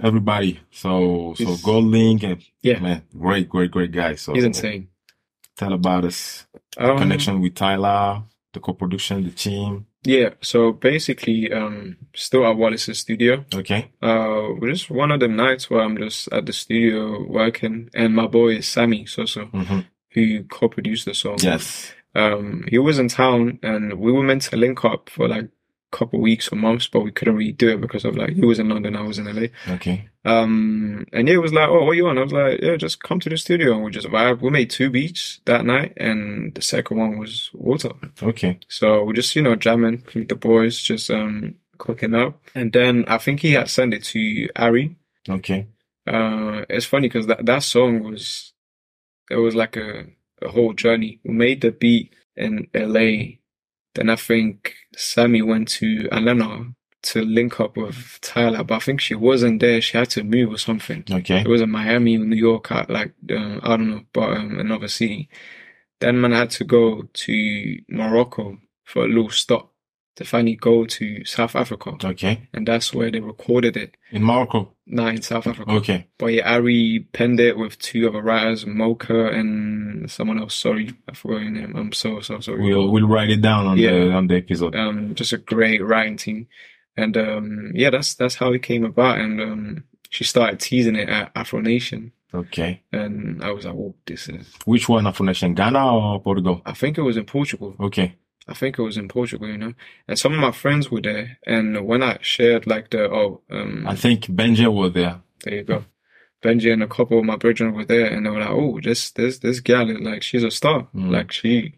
S1: everybody. So, so
S2: He's-
S1: Gold Link, and
S2: yeah,
S1: man, great, great, great guy. So
S2: he's insane.
S1: Tell about us
S2: Um,
S1: connection with Tyler, the co-production, the team.
S2: Yeah, so basically, um, still at Wallace's studio.
S1: Okay,
S2: Uh, we're just one of the nights where I'm just at the studio working, and my boy is Sammy Soso,
S1: hmm
S2: who co-produced the song.
S1: yes,
S2: Um, he was in town, and we were meant to link up for like a couple weeks or months, but we couldn't really do it because of like he was in London, I was in LA.
S1: okay,
S2: Um, and yeah, it was like, oh, what you on? I was like, yeah, just come to the studio, and we just vibe. We made two beats that night, and the second one was Water.
S1: okay,
S2: So we're just, you know, jamming with the boys, just um cooking up. And then I think he had sent it to Ari.
S1: okay.
S2: Uh it's funny because that, that song was it was like a, a whole journey. We made the beat in LA. Then I think Sammy went to Atlanta to link up with Tyler, but I think she wasn't there. She had to move or something.
S1: Okay.
S2: It was in Miami, New York, I- like um, I don't know, but um, another city. Then man I had to go to Morocco for a little stop to finally go to South Africa,
S1: Okay.
S2: and that's where they recorded it.
S1: In Morocco.
S2: Now in South Africa,
S1: Okay.
S2: but yeah, Ari penned it with two other writers, Mocha and someone else. Sorry, I forgot your name. I'm so so sorry.
S1: We'll we'll write it down on the
S2: Yeah.
S1: on the episode.
S2: Um, just a great writing team, and um, yeah, that's that's how it came about. And um, she started teasing it at Afro Nation.
S1: Okay.
S2: And I was like, oh, this is.
S1: Which one, Afro Nation, Ghana or Portugal?
S2: I think it was in Portugal.
S1: Okay.
S2: I think it was in Portugal, you know. And some of my friends were there. And when I shared, like, the, oh, um,
S1: I think Benja was there.
S2: there you go. Benji and a couple of my brethren were there, and they were like, "Oh, this this this gal, is like she's a star.
S1: Mm.
S2: Like she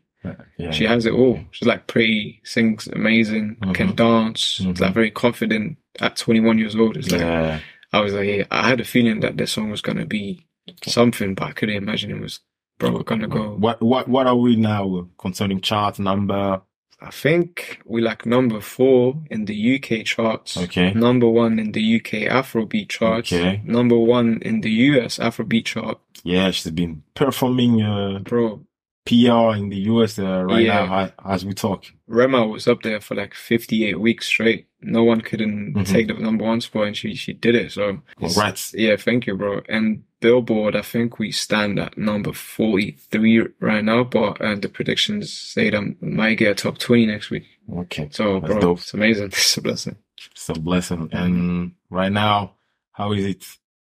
S1: Yeah.
S2: she has it all. She's like pretty, sings amazing,
S1: Mm-hmm.
S2: can dance. She's like very confident at 21 years old. It's like
S1: yeah.
S2: I was like, yeah, I had a feeling that this song was gonna be something, but I couldn't imagine it was bro gonna go.
S1: What what what are we now concerning chart number?
S2: I think we like number four in the UK charts.
S1: Okay.
S2: Number one in the UK Afrobeat charts.
S1: Okay.
S2: Number one in the US Afrobeat chart.
S1: Yeah, she's been performing uh,
S2: Bro,
S1: PR in the US uh, right
S2: Yeah.
S1: now as, as we talk.
S2: Rema was up there for like 58 weeks straight. No one couldn't
S1: Mm-hmm.
S2: take the number one spot and she, she did it. So
S1: Congrats.
S2: yeah, thank you, bro. And Billboard, I think we stand at number 43 right now, but uh, the predictions say that we might get a top 20 next week.
S1: Okay.
S2: So
S1: That's
S2: bro,
S1: dope.
S2: it's amazing. [LAUGHS] It's a blessing.
S1: It's a blessing. And right now, how is it?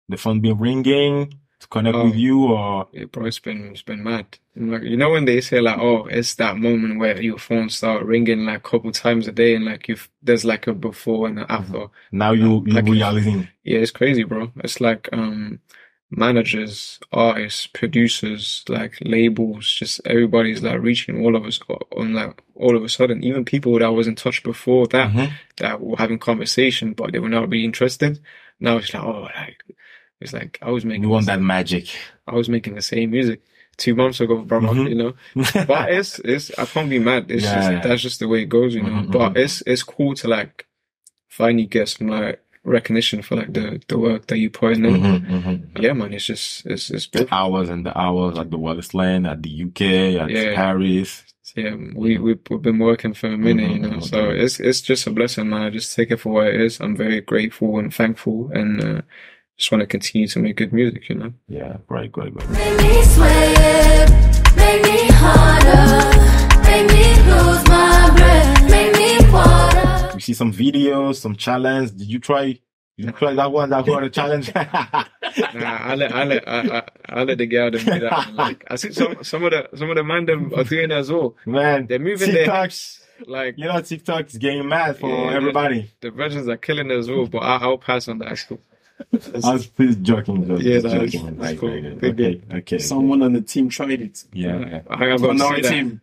S1: The phone been ringing to connect
S2: Oh.
S1: with you or?
S2: Yeah, bro, it's been, it's been mad. And, like, you know, when they say like, oh, it's that moment where your phone start ringing like a couple times a day and like you've, there's like a before and an
S1: Mm-hmm.
S2: after.
S1: Now you you
S2: Like-
S1: realizing
S2: Yeah, it's crazy, bro. It's like um managers, artists, producers, like labels, just everybody's like reaching all of us o- on like all of a sudden. Even people that I was in touch before that
S1: Mhm.
S2: that were having conversation, but they were not really interested. Now it's like, oh, like it's like I was making
S1: you want
S2: this-
S1: that
S2: [LAUGHS]
S1: magic.
S2: I was making the same music two months ago, bro.
S1: Mhm.
S2: You know, but it's it's I can't be mad. It's
S1: Yeah,
S2: just
S1: yeah.
S2: that's just the way it goes, you know.
S1: Mhm,
S2: But it's it's cool to like finally get some like recognition for like the the work that you put in.
S1: Mhm, mhm.
S2: Yeah, man. It's just it's it's
S1: The
S2: big.
S1: hours and the hours at the Wallaceland, at the UK, at
S2: Yeah.
S1: Paris.
S2: Yeah, we we we've been working for a minute, you
S1: Mhm,
S2: know.
S1: mhm,
S2: So
S1: mhm.
S2: it's it's just a blessing, man. I just take it for what it is. I'm very grateful and thankful, and uh, just want to continue to make good music, you know.
S1: Yeah, great, great, great.
S7: Make me sweat, make me harder, make me lose my breath, make me water.
S1: We see some videos, some challenge. Did you try? Did you try that one?
S2: [LAUGHS]
S1: That one a challenge? [LAUGHS]
S2: Nah, I let I let I, I, I let the girl them do that. man. Like I see some some of the some of the man them are doing that as well.
S1: Man,
S2: They're moving their
S1: TikToks.
S2: Like
S1: You know, TikTok's getting mad for
S2: Yeah, yeah.
S1: everybody.
S2: the brothers are killing us all, but I, I'll pass
S1: [LAUGHS]
S2: on that. School.
S1: I was please joking, just
S2: Yeah,
S1: just
S2: that's-
S1: joking.
S2: that's
S1: Right,
S2: cool.
S1: right, right.
S2: Good
S1: Okay, okay.
S8: Someone on the team tried it.
S1: yeah, yeah.
S2: I I gotta
S8: On
S2: see
S8: our
S2: that.
S8: team.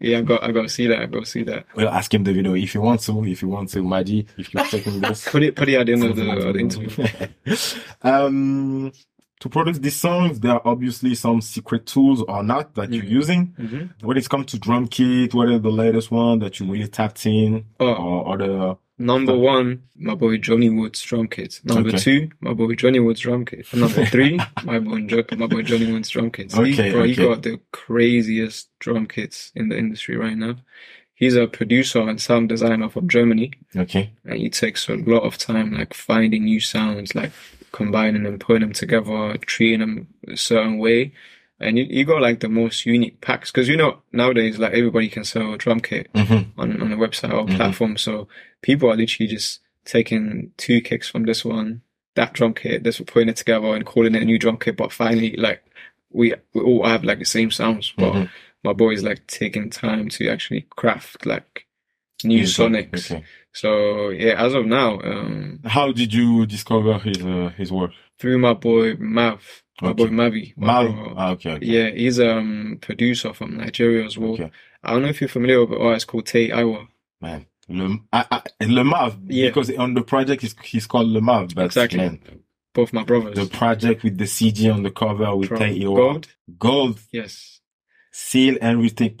S2: Yeah, I got I gotta see that. I gotta see that.
S1: We'll ask him the video if you want to. If you want to, Maji, if you're checking this.
S2: [LAUGHS] Put it put it at the end of the, of the interview.
S1: [LAUGHS] um, to produce these songs, there are obviously some secret tools or not that you're using.
S2: Mhm.
S1: When it comes to drum kit, what are the latest one that you really tapped in,
S2: Oh.
S1: or, or the
S2: Number one, my boy Johnny Woods drum kit. Number
S1: Okay.
S2: two, my boy Johnny Woods drum kit. And
S1: [LAUGHS]
S2: number three, my boy jo- my boy Johnny Woods drum kits.
S1: Okay,
S2: he, bro, he
S1: okay.
S2: got the craziest drum kits in the industry right now. He's a producer and sound designer from Germany.
S1: okay,
S2: and it takes a lot of time like finding new sounds like combining them putting them together treating them a certain way and you, you got like the most unique packs because you know nowadays like everybody can sell a drum kit
S1: Mm-hmm.
S2: on, on a website or platform so people are literally just taking two kicks from this one that drum kit this putting it together and calling it a new drum kit but finally like we, we all have like the same sounds but my boy's like taking time to actually craft like new sonics
S1: Okay.
S2: so yeah, as of now, um,
S1: How did you discover his uh, his work?
S2: through my boy Mav, my
S1: Okay.
S2: boy Mavi, my
S1: Mal.
S2: bro.
S1: Ah, okay, okay.
S2: yeah, he's um producer from Nigeria as well.
S1: Okay.
S2: I don't know if you're familiar with an artist called Tay Iwa.
S1: man. Le, I, I, Le Mav,
S2: Yeah.
S1: because on the project he's, he's called Le Mav, but
S2: Exactly.
S1: man,
S2: Both my brothers.
S1: the project with the CG on the cover with
S2: From
S1: Tay Iwa.
S2: Gold?
S1: Gold,
S2: Yes.
S1: Seal, and Rethink.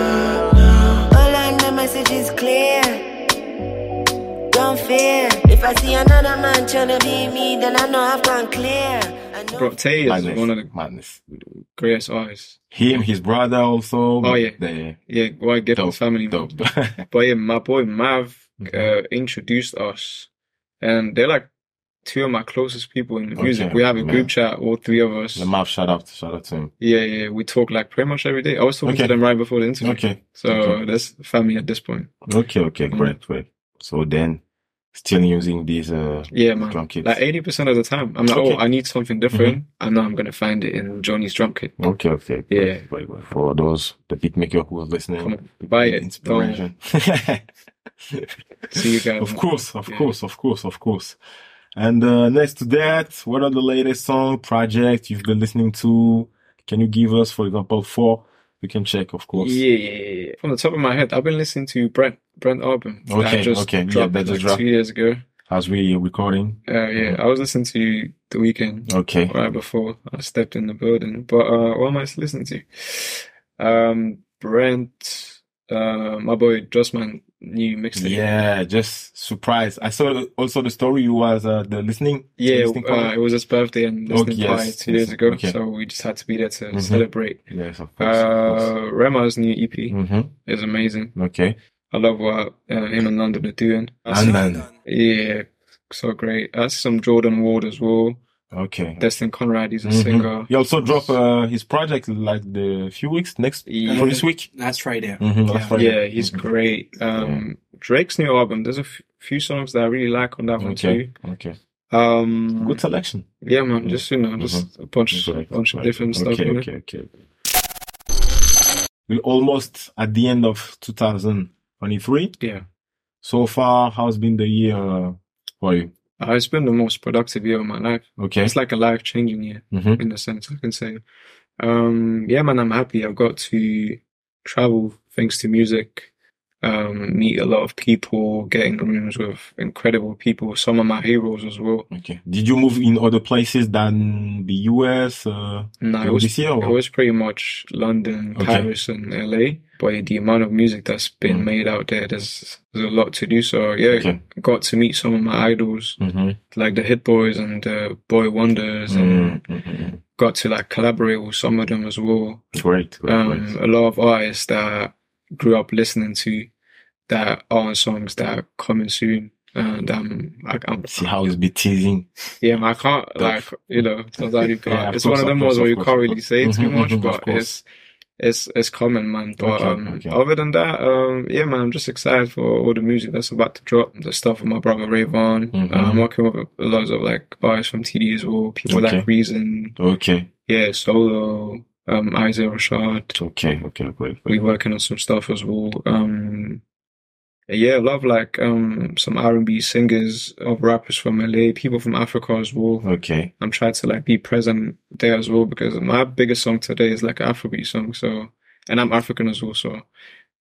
S9: All I know, message is clear. Don't fear. If I see another man tryna be me, then I know I've gone clear. I know
S2: Bro, Tay is
S1: Madness.
S2: one of the
S1: Madness.
S2: greatest artists.
S1: Him, his brother also.
S2: Oh, yeah.
S1: The,
S2: Yeah, why get
S1: dope.
S2: his family?
S1: Dope. [LAUGHS] Mm-hmm.
S2: But yeah, my boy Mav uh, introduced us, and they're like two of my closest people in the music.
S1: Okay,
S2: We have a
S1: man.
S2: group chat, all three of us.
S1: The mouth, shout out, shout out to him.
S2: Yeah, yeah, we talk like pretty much every day. I was talking
S1: Okay.
S2: to them right before the interview.
S1: Okay.
S2: So
S1: Okay.
S2: that's family at this point.
S1: Okay, okay,
S2: Mm.
S1: great, great. So then, still using these uh,
S2: Yeah, man.
S1: drum kits.
S2: Like eh, 80% of the time, I'm like,
S1: Okay. Mm-hmm.
S2: oh, I need something different. I know I'm going to find it in Johnny's drum kit.
S1: Okay, okay.
S2: Yeah.
S1: Great, great, great. For those, the beat maker who are
S2: Come
S1: listening,
S2: on, buy it.
S1: inspiration. [LAUGHS]
S2: See you guys.
S1: of course, of
S2: Yeah.
S1: course, of course, of course. And uh, next to that, what are the latest song projects you've been listening to? Can you give us, for example, four? We can check, of course.
S2: Yeah, yeah, yeah. From the top of my head, I've been listening to Brent Brent album. that
S1: Okay,
S2: I just
S1: okay. Yeah,
S2: dropped
S1: that just
S2: like
S1: dropped. Mm-hmm.
S2: two years ago.
S1: As we are recording.
S2: Uh, yeah, I was listening to The Weeknd
S1: Okay.
S2: right before I stepped in the building. But uh, what am I listening to? Um, Brent, uh, my boy Jossman new mixtape.
S1: Yeah, just surprised. I saw also the story you was uh, the listening.
S2: Yeah,
S1: listening
S2: uh,
S1: party.
S2: it was his birthday and listening
S1: Okay, yes,
S2: party two days
S1: yes,
S2: ago,
S1: okay.
S2: so we just had to be there to
S1: Mhm.
S2: celebrate.
S1: yes, of course.
S2: Uh, Rema's new EP
S1: mm-hmm.
S2: is amazing.
S1: Okay.
S2: I love what uh, him and London are doing. That's-
S1: And then,
S2: Yeah, so great. That's some Jordan Ward as well.
S1: okay.
S2: Destin Conrad, he's a
S1: Mhm.
S2: singer.
S1: He also dropped uh, his project like the few weeks next
S2: Yeah.
S1: for this week.
S8: That's right there.
S1: Mhm, last Friday.
S2: Yeah, he's great. Um, Drake's new album. There's a f- few songs that I really like on that one
S1: Okay. Mm-hmm. Okay.
S2: too. Um,
S1: Good selection.
S2: yeah, man. Just you know, just a bunch,
S1: Right,
S2: bunch of
S1: right.
S2: different
S1: okay,
S2: stuff. you know?
S1: Okay, okay. We're almost at the end of 2023.
S2: Yeah.
S1: So far, how's been the year uh, for you?
S2: Uh, it's been the most productive year of my life.
S1: Okay.
S2: It's like a life changing year
S1: hmm
S2: in a sense, I can say. Um, yeah, man, I'm happy. I've got to travel thanks to music, um, meet a lot of people, get in rooms with incredible people, some of my heroes as well.
S1: Okay. Did you move in other places than the US? Uh,
S2: No, it
S1: Or
S2: was,
S1: this year, or-
S2: it was pretty much London,
S1: Okay.
S2: Paris, and LA. But the amount of music that's been
S1: Mm.
S2: made out there, there's, there's a lot to do. So yeah,
S1: Okay.
S2: got to meet some of my idols,
S1: mm-hmm.
S2: like the Hit Boys and the Boy Wonders,
S1: Mm.
S2: and
S1: Mm-hmm.
S2: got to like collaborate with some of them as well.
S1: Great. Great.
S2: Um,
S1: great.
S2: a lot of artists that grew up listening to that are on songs that are coming soon. And um, I, I'm,
S1: [LAUGHS] See how it's been teasing.
S2: yeah, man, I can't like
S1: Tough.
S2: you know. Sometimes you can't.
S1: Yeah, of
S2: it's
S1: course,
S2: one of them
S1: of course,
S2: ones where
S1: of
S2: you
S1: course.
S2: can't really say too
S1: Mhm,
S2: much,
S1: mhm, of
S2: but
S1: course.
S2: it's it's it's common, man. But
S1: Okay,
S2: um,
S1: okay.
S2: other than that, um, yeah, man, I'm just excited for all the music that's about to drop. The stuff with my brother Ray Vaughan. Uh,
S1: Mhm.
S2: I'm working with lots of like artists from TD as well. People
S1: Okay.
S2: like Reason,
S1: Okay.
S2: yeah, Solo, um, Isaiah Rashad.
S1: Okay. Okay. Great.
S2: We're working on some stuff as well. Um, yeah, I love like um some R and B singers, of rappers from LA, people from Africa as well.
S1: Okay.
S2: I'm trying to like be present there as well because my biggest song today is like an Afrobeat song. So, and I'm African as well. So,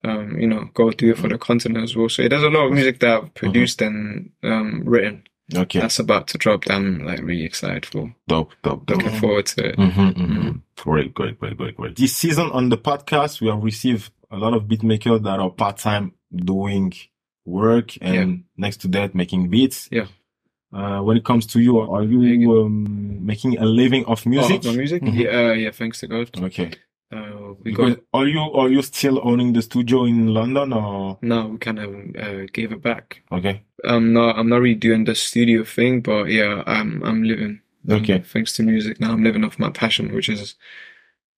S2: um, you know, go do it for the continent as well. So yeah, there's a lot of music that
S1: Mm-hmm.
S2: I've produced and um written
S1: Okay.
S2: that's about to drop. That I'm like really excited for.
S1: dope. Dope. dope.
S2: Looking forward to it.
S1: hmm Great, great, great, great, great. This season on the podcast, we have received a lot of beatmakers that are part time doing work and next to that making beats.
S2: Yeah.
S1: Uh, when it comes to you, are you um, making a living off music?
S2: Oh, my music?
S1: Mhm.
S2: Yeah, uh, yeah. Thanks to God.
S1: Okay.
S2: Uh, we
S1: Because
S2: got
S1: are you are you still owning the studio in London or
S2: now. We kind of uh, gave it back.
S1: okay?
S2: I'm not. I'm not really doing the studio thing, but yeah, I'm. I'm living. um,
S1: Okay.
S2: Thanks to music now, I'm living off my passion, which is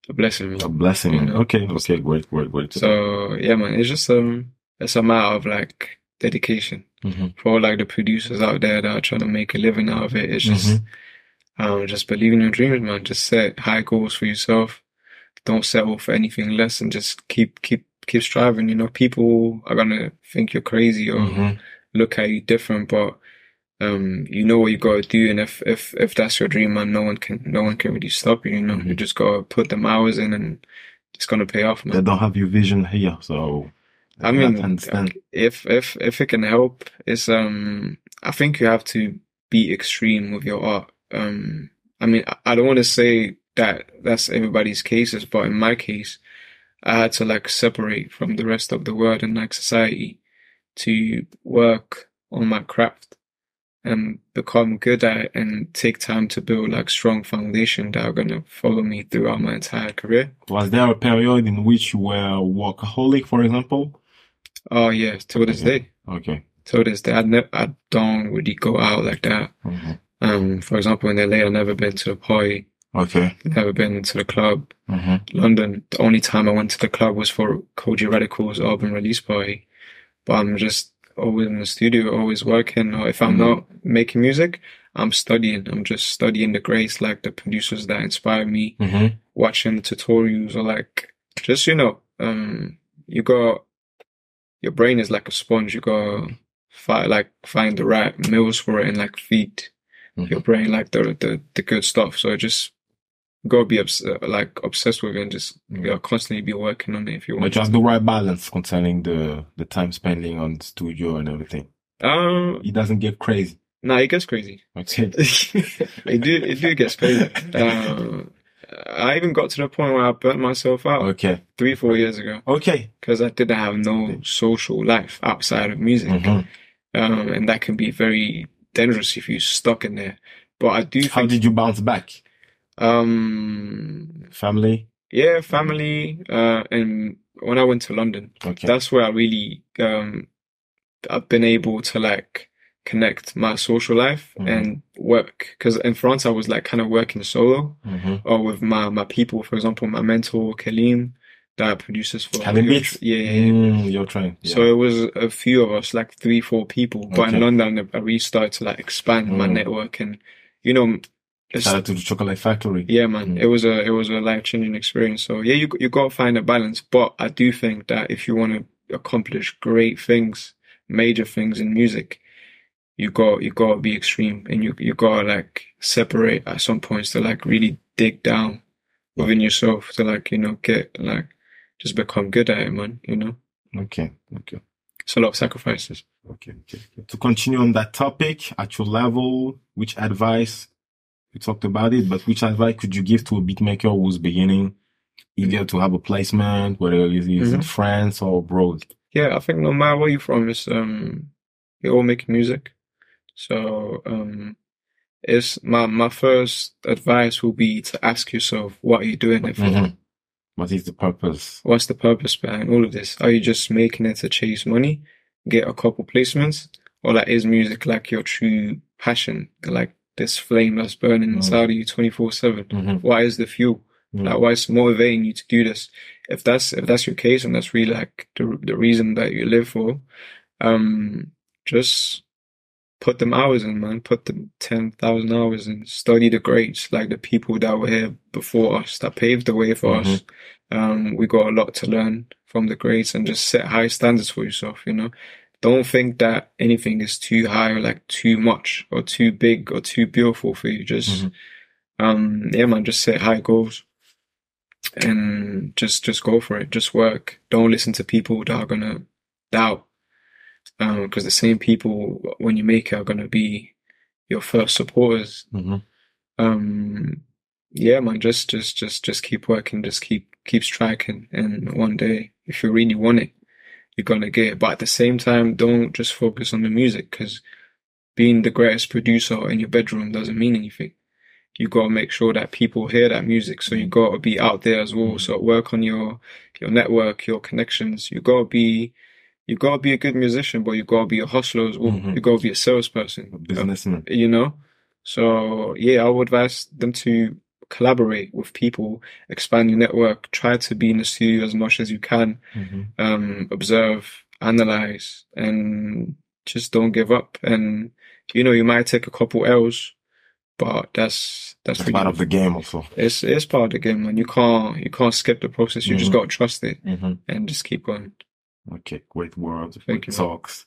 S2: a blessing.
S1: A blessing.
S2: You
S1: man.
S2: know.
S1: Okay, okay, great, great, great.
S2: So yeah, man, it's just um, it's a matter of like dedication
S1: Mhm.
S2: for all, like the producers out there that are trying to make a living out of it. It's just um, just believe in your dreams, man. Just set high goals for yourself. Don't settle for anything less, and just keep keep keep striving. You know, people are gonna think you're crazy or
S1: Mhm.
S2: look at you different, but um, you know what you gotta do, and if if if that's your dream, man, no one can no one can really stop you. You know, you just gotta put them hours in, and it's gonna pay off, man.
S1: They don't have your vision here, so
S2: I mean,
S1: understand.
S2: if if if it can help, it's um. I think you have to be extreme with your art. Um, I mean, I- I don't want to say that that's everybody's cases, but in my case, I had to like separate from the rest of the world and like society to work on my craft and become good at it and take time to build like strong foundation that are gonna follow me throughout my entire career.
S1: Was there a period in which you were workaholic, for example?
S2: Oh yeah, till this
S1: Okay.
S2: day.
S1: Okay.
S2: So this that I, ne- I don't really go out like that. Um, for example, in LA, I've never been to a party,
S1: Okay.
S2: never been to the club.
S1: hmm
S2: Mm-hmm. London, the only time I went to the club was for Koji Radical's album release party. But I'm just always in the studio, always working. Or if I'm not making music, I'm studying. I'm just studying the greats, like the producers that inspire me,
S1: hmm
S2: watching tutorials or like just you know, um, you got your brain is like a sponge. You got fi- like find the right meals for it and like feed your brain like the the, the good stuff. So just gotta be obs- uh, like obsessed with it and just you know, constantly be working on it if you
S1: But
S2: want.
S1: just the right balance concerning the the time spending on studio and everything.
S2: Um,
S1: It doesn't get crazy.
S2: no, it gets crazy. [LAUGHS]
S1: Okay.
S2: it do it do gets crazy. Um, I even got to the point where I burnt myself out
S1: Okay.
S2: three four years ago.
S1: Okay.
S2: because I didn't have no social life outside of music,
S1: Mhm.
S2: um, and that can be very dangerous if you're stuck in there. But I do
S1: How
S2: think,
S1: did you bounce back?
S2: um,
S1: Family.
S2: yeah, family, uh, and when I went to London,
S1: Okay.
S2: that's where I really, um, I've been able to like connect my social life
S1: Mhm.
S2: and work. Because in France, I was like kind of working solo
S1: hmm
S2: or with my my people. For example, my mentor Kalim, that produces for
S1: Kalim Beats?
S2: Yeah, yeah, yeah.
S1: Mm, you're trying. Yeah.
S2: So it was a few of us, like three, four people. But
S1: Okay.
S2: in London, I really started to like expand my
S1: Mm.
S2: network, and you know, it's-
S1: shout out to the Chocolate Factory.
S2: yeah, man,
S1: Mm.
S2: it was a it was a life changing experience. So yeah, you you gotta find a balance. But I do think that if you want to accomplish great things, major things in music, you got you gotta be extreme, and you you gotta like separate at some points to like really dig down within yourself to like you know get like just become good at it, man. You know,
S1: Okay. Okay.
S2: it's a lot of sacrifices.
S1: Okay, okay, okay. To continue on that topic, at your level, which advice you talked about it, but which advice could you give to a beatmaker who's beginning
S2: Mm-hmm.
S1: either to have a placement, whether it is in
S2: Mhm.
S1: France or abroad?
S2: yeah, I think no matter where you're from, it's um, you're all making music. So um, it's my my first advice will be to ask yourself, what are you doing it for?
S1: Mhm. What is the purpose?
S2: What's the purpose behind all of this? Are you just making it to chase money, get a couple placements, or like is music like your true passion, like this flame that's burning inside of you twenty four seven?
S1: Mhm.
S2: Why is the fuel? Like why is motivating you to do this? If that's if that's your case and that's really like the the reason that you live for, um, just put them hours in, man. Put them ten thousand hours in. Study the greats, like the people that were here before us, that paved the way for us. Um, we got a lot to learn from the greats, and just set high standards for yourself. You know, don't think that anything is too high or like too much or too big or too beautiful for you. Just, um, yeah, man, just set high goals and just just go for it. Just work. Don't listen to people that are gonna doubt because the same people when you make it are going to be your first supporters.
S1: Mhm.
S2: Um, yeah, man, just just just just keep working, just keep keep striking, and one day, if you really want it, you're gonna get it. But at the same time, don't just focus on the music because being the greatest producer in your bedroom doesn't mean anything. You gotta make sure that people hear that music, so you gotta be out there as well. So work on your your network, your connections. You gotta be you gotta be a good musician, but you gotta be a hustler as well.
S1: Mhm.
S2: You gotta be a salesperson,
S1: Businessman.
S2: you know. So yeah, I would advise them to collaborate with people, expand your network, try to be in the studio as much as you can,
S1: Mhm.
S2: um, observe, analyze, and just don't give up. And you know, you might take a couple L's, but that's that's,
S1: That's
S2: what
S1: part
S2: you-
S1: of the game also.
S2: it's it's part of the game, man. You can't you can't skip the process. You just
S1: Mhm.
S2: gotta trust it
S1: Mhm.
S2: and just keep going.
S1: Okay, great words,
S2: Mm-hmm. Thank
S1: great
S2: you.
S1: talks.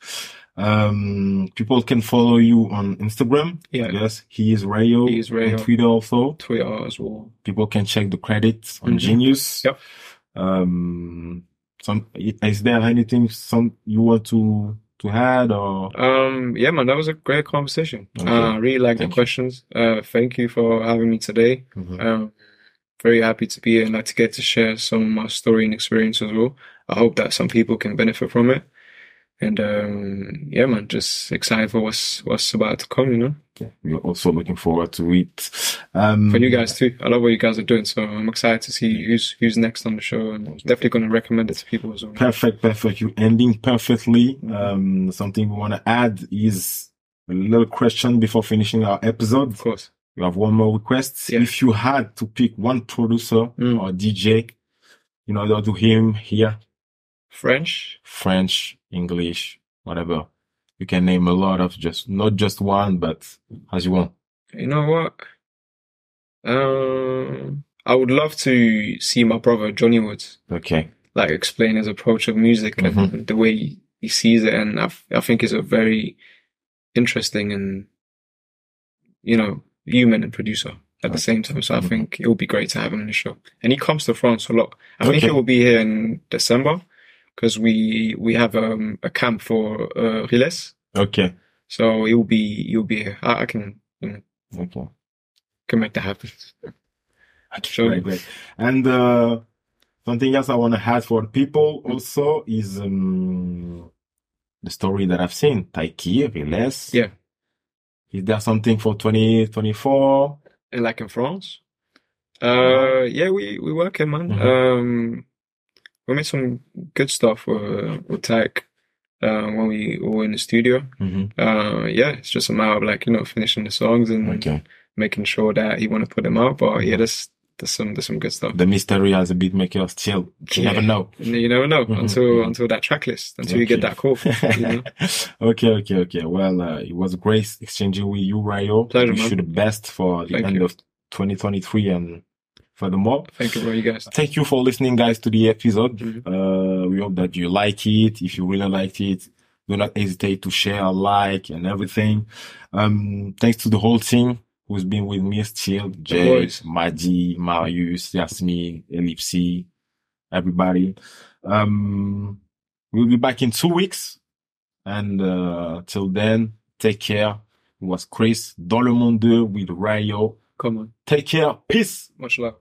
S1: Um, people can follow you on Instagram.
S2: Yeah.
S1: Yes, he is Rayo.
S2: He is Rayo.
S1: On Twitter also.
S2: Twitter as well.
S1: people can check the credits on
S2: Mhm.
S1: Genius.
S2: Yep.
S1: Um, some is there anything some you want to to add or
S2: Um, yeah, man, that was a great conversation.
S1: Okay.
S2: Uh, I really like the
S1: Thank you. Mm-hmm.
S2: questions. Uh, thank you for having me today. Um, very happy to be here and like to get to share some of my story and experience as well. I hope that some people can benefit from it. And um, yeah, man, just excited for what's what's about to come. You know,
S1: we're also looking forward to it. Um,
S2: for you guys too. I love what you guys are doing, so I'm excited to see who's who's next on the show, and I'm definitely going to recommend it to people as well.
S1: perfect, perfect. You ending perfectly. Um, something we want to add is a little question before finishing our episode.
S2: Of course.
S1: You have one more request.
S2: Yeah.
S1: If you had to pick one producer
S2: Mm.
S1: or DJ in order to him here,
S2: French?
S1: French, English, whatever. You can name a lot of just not just one, but as you want.
S2: You know what? Um, I would love to see my brother Johnny Woods
S1: Okay.
S2: like explain his approach of music and the way he- he sees it, and I, f- I think it's a very interesting and you know human and producer at the same time. So I think it would be great to have him on the show, and he comes to France a lot. I think
S1: Okay.
S2: he will be here in December because we we have um, a camp for uh, Riles,
S1: Okay.
S2: so he will be he will be here. I, I can you know,
S1: Okay.
S2: can make that happen.
S1: Sure. Great, great. And uh, something else I want to add for people also is um, the story that I've seen. Taiki, Riles.
S2: Yeah.
S1: Is there something for 2024?
S2: And like in France?
S1: Ah,
S2: Uh, yeah, we we working, man.
S1: Mhm.
S2: Um, we made some good stuff with, with Tyke, uh, when we were in the studio.
S1: Mm-hmm.
S2: Uh, yeah, it's just a matter of like you know finishing the songs and
S1: Okay.
S2: making sure that you want to put them out. But yeah, there's there's some there's some good stuff.
S1: The mystery as a beat maker still. You
S2: Yeah.
S1: never know.
S2: And you never know
S1: Mhm,
S2: until
S1: mhm.
S2: until that track list until you get
S1: Okay.
S2: that call.
S1: [LAUGHS]
S2: you know?
S1: okay, okay, okay. Well, uh, it was great exchanging with you, Rayo.
S2: Pleasure,
S1: Wish
S2: man.
S1: you the best for the
S2: Thank
S1: end
S2: you.
S1: of 2023 and furthermore.
S2: Thank you for you guys.
S1: Thank you for listening, guys, to the episode.
S2: Mhm.
S1: Uh, we hope that you like it. If you really liked it, do not hesitate to share, like, and everything. Um, thanks to the whole team who's been with me still. Jay,
S2: boys.
S1: Maji, Marius, Yasmin, Ellipsi, everybody. Um, we'll be back in two weeks. And, uh, till then, take care. It was Chris, Dans le Monde 2 with Rayo.
S2: Come on,
S1: Take care. Peace.
S2: much love.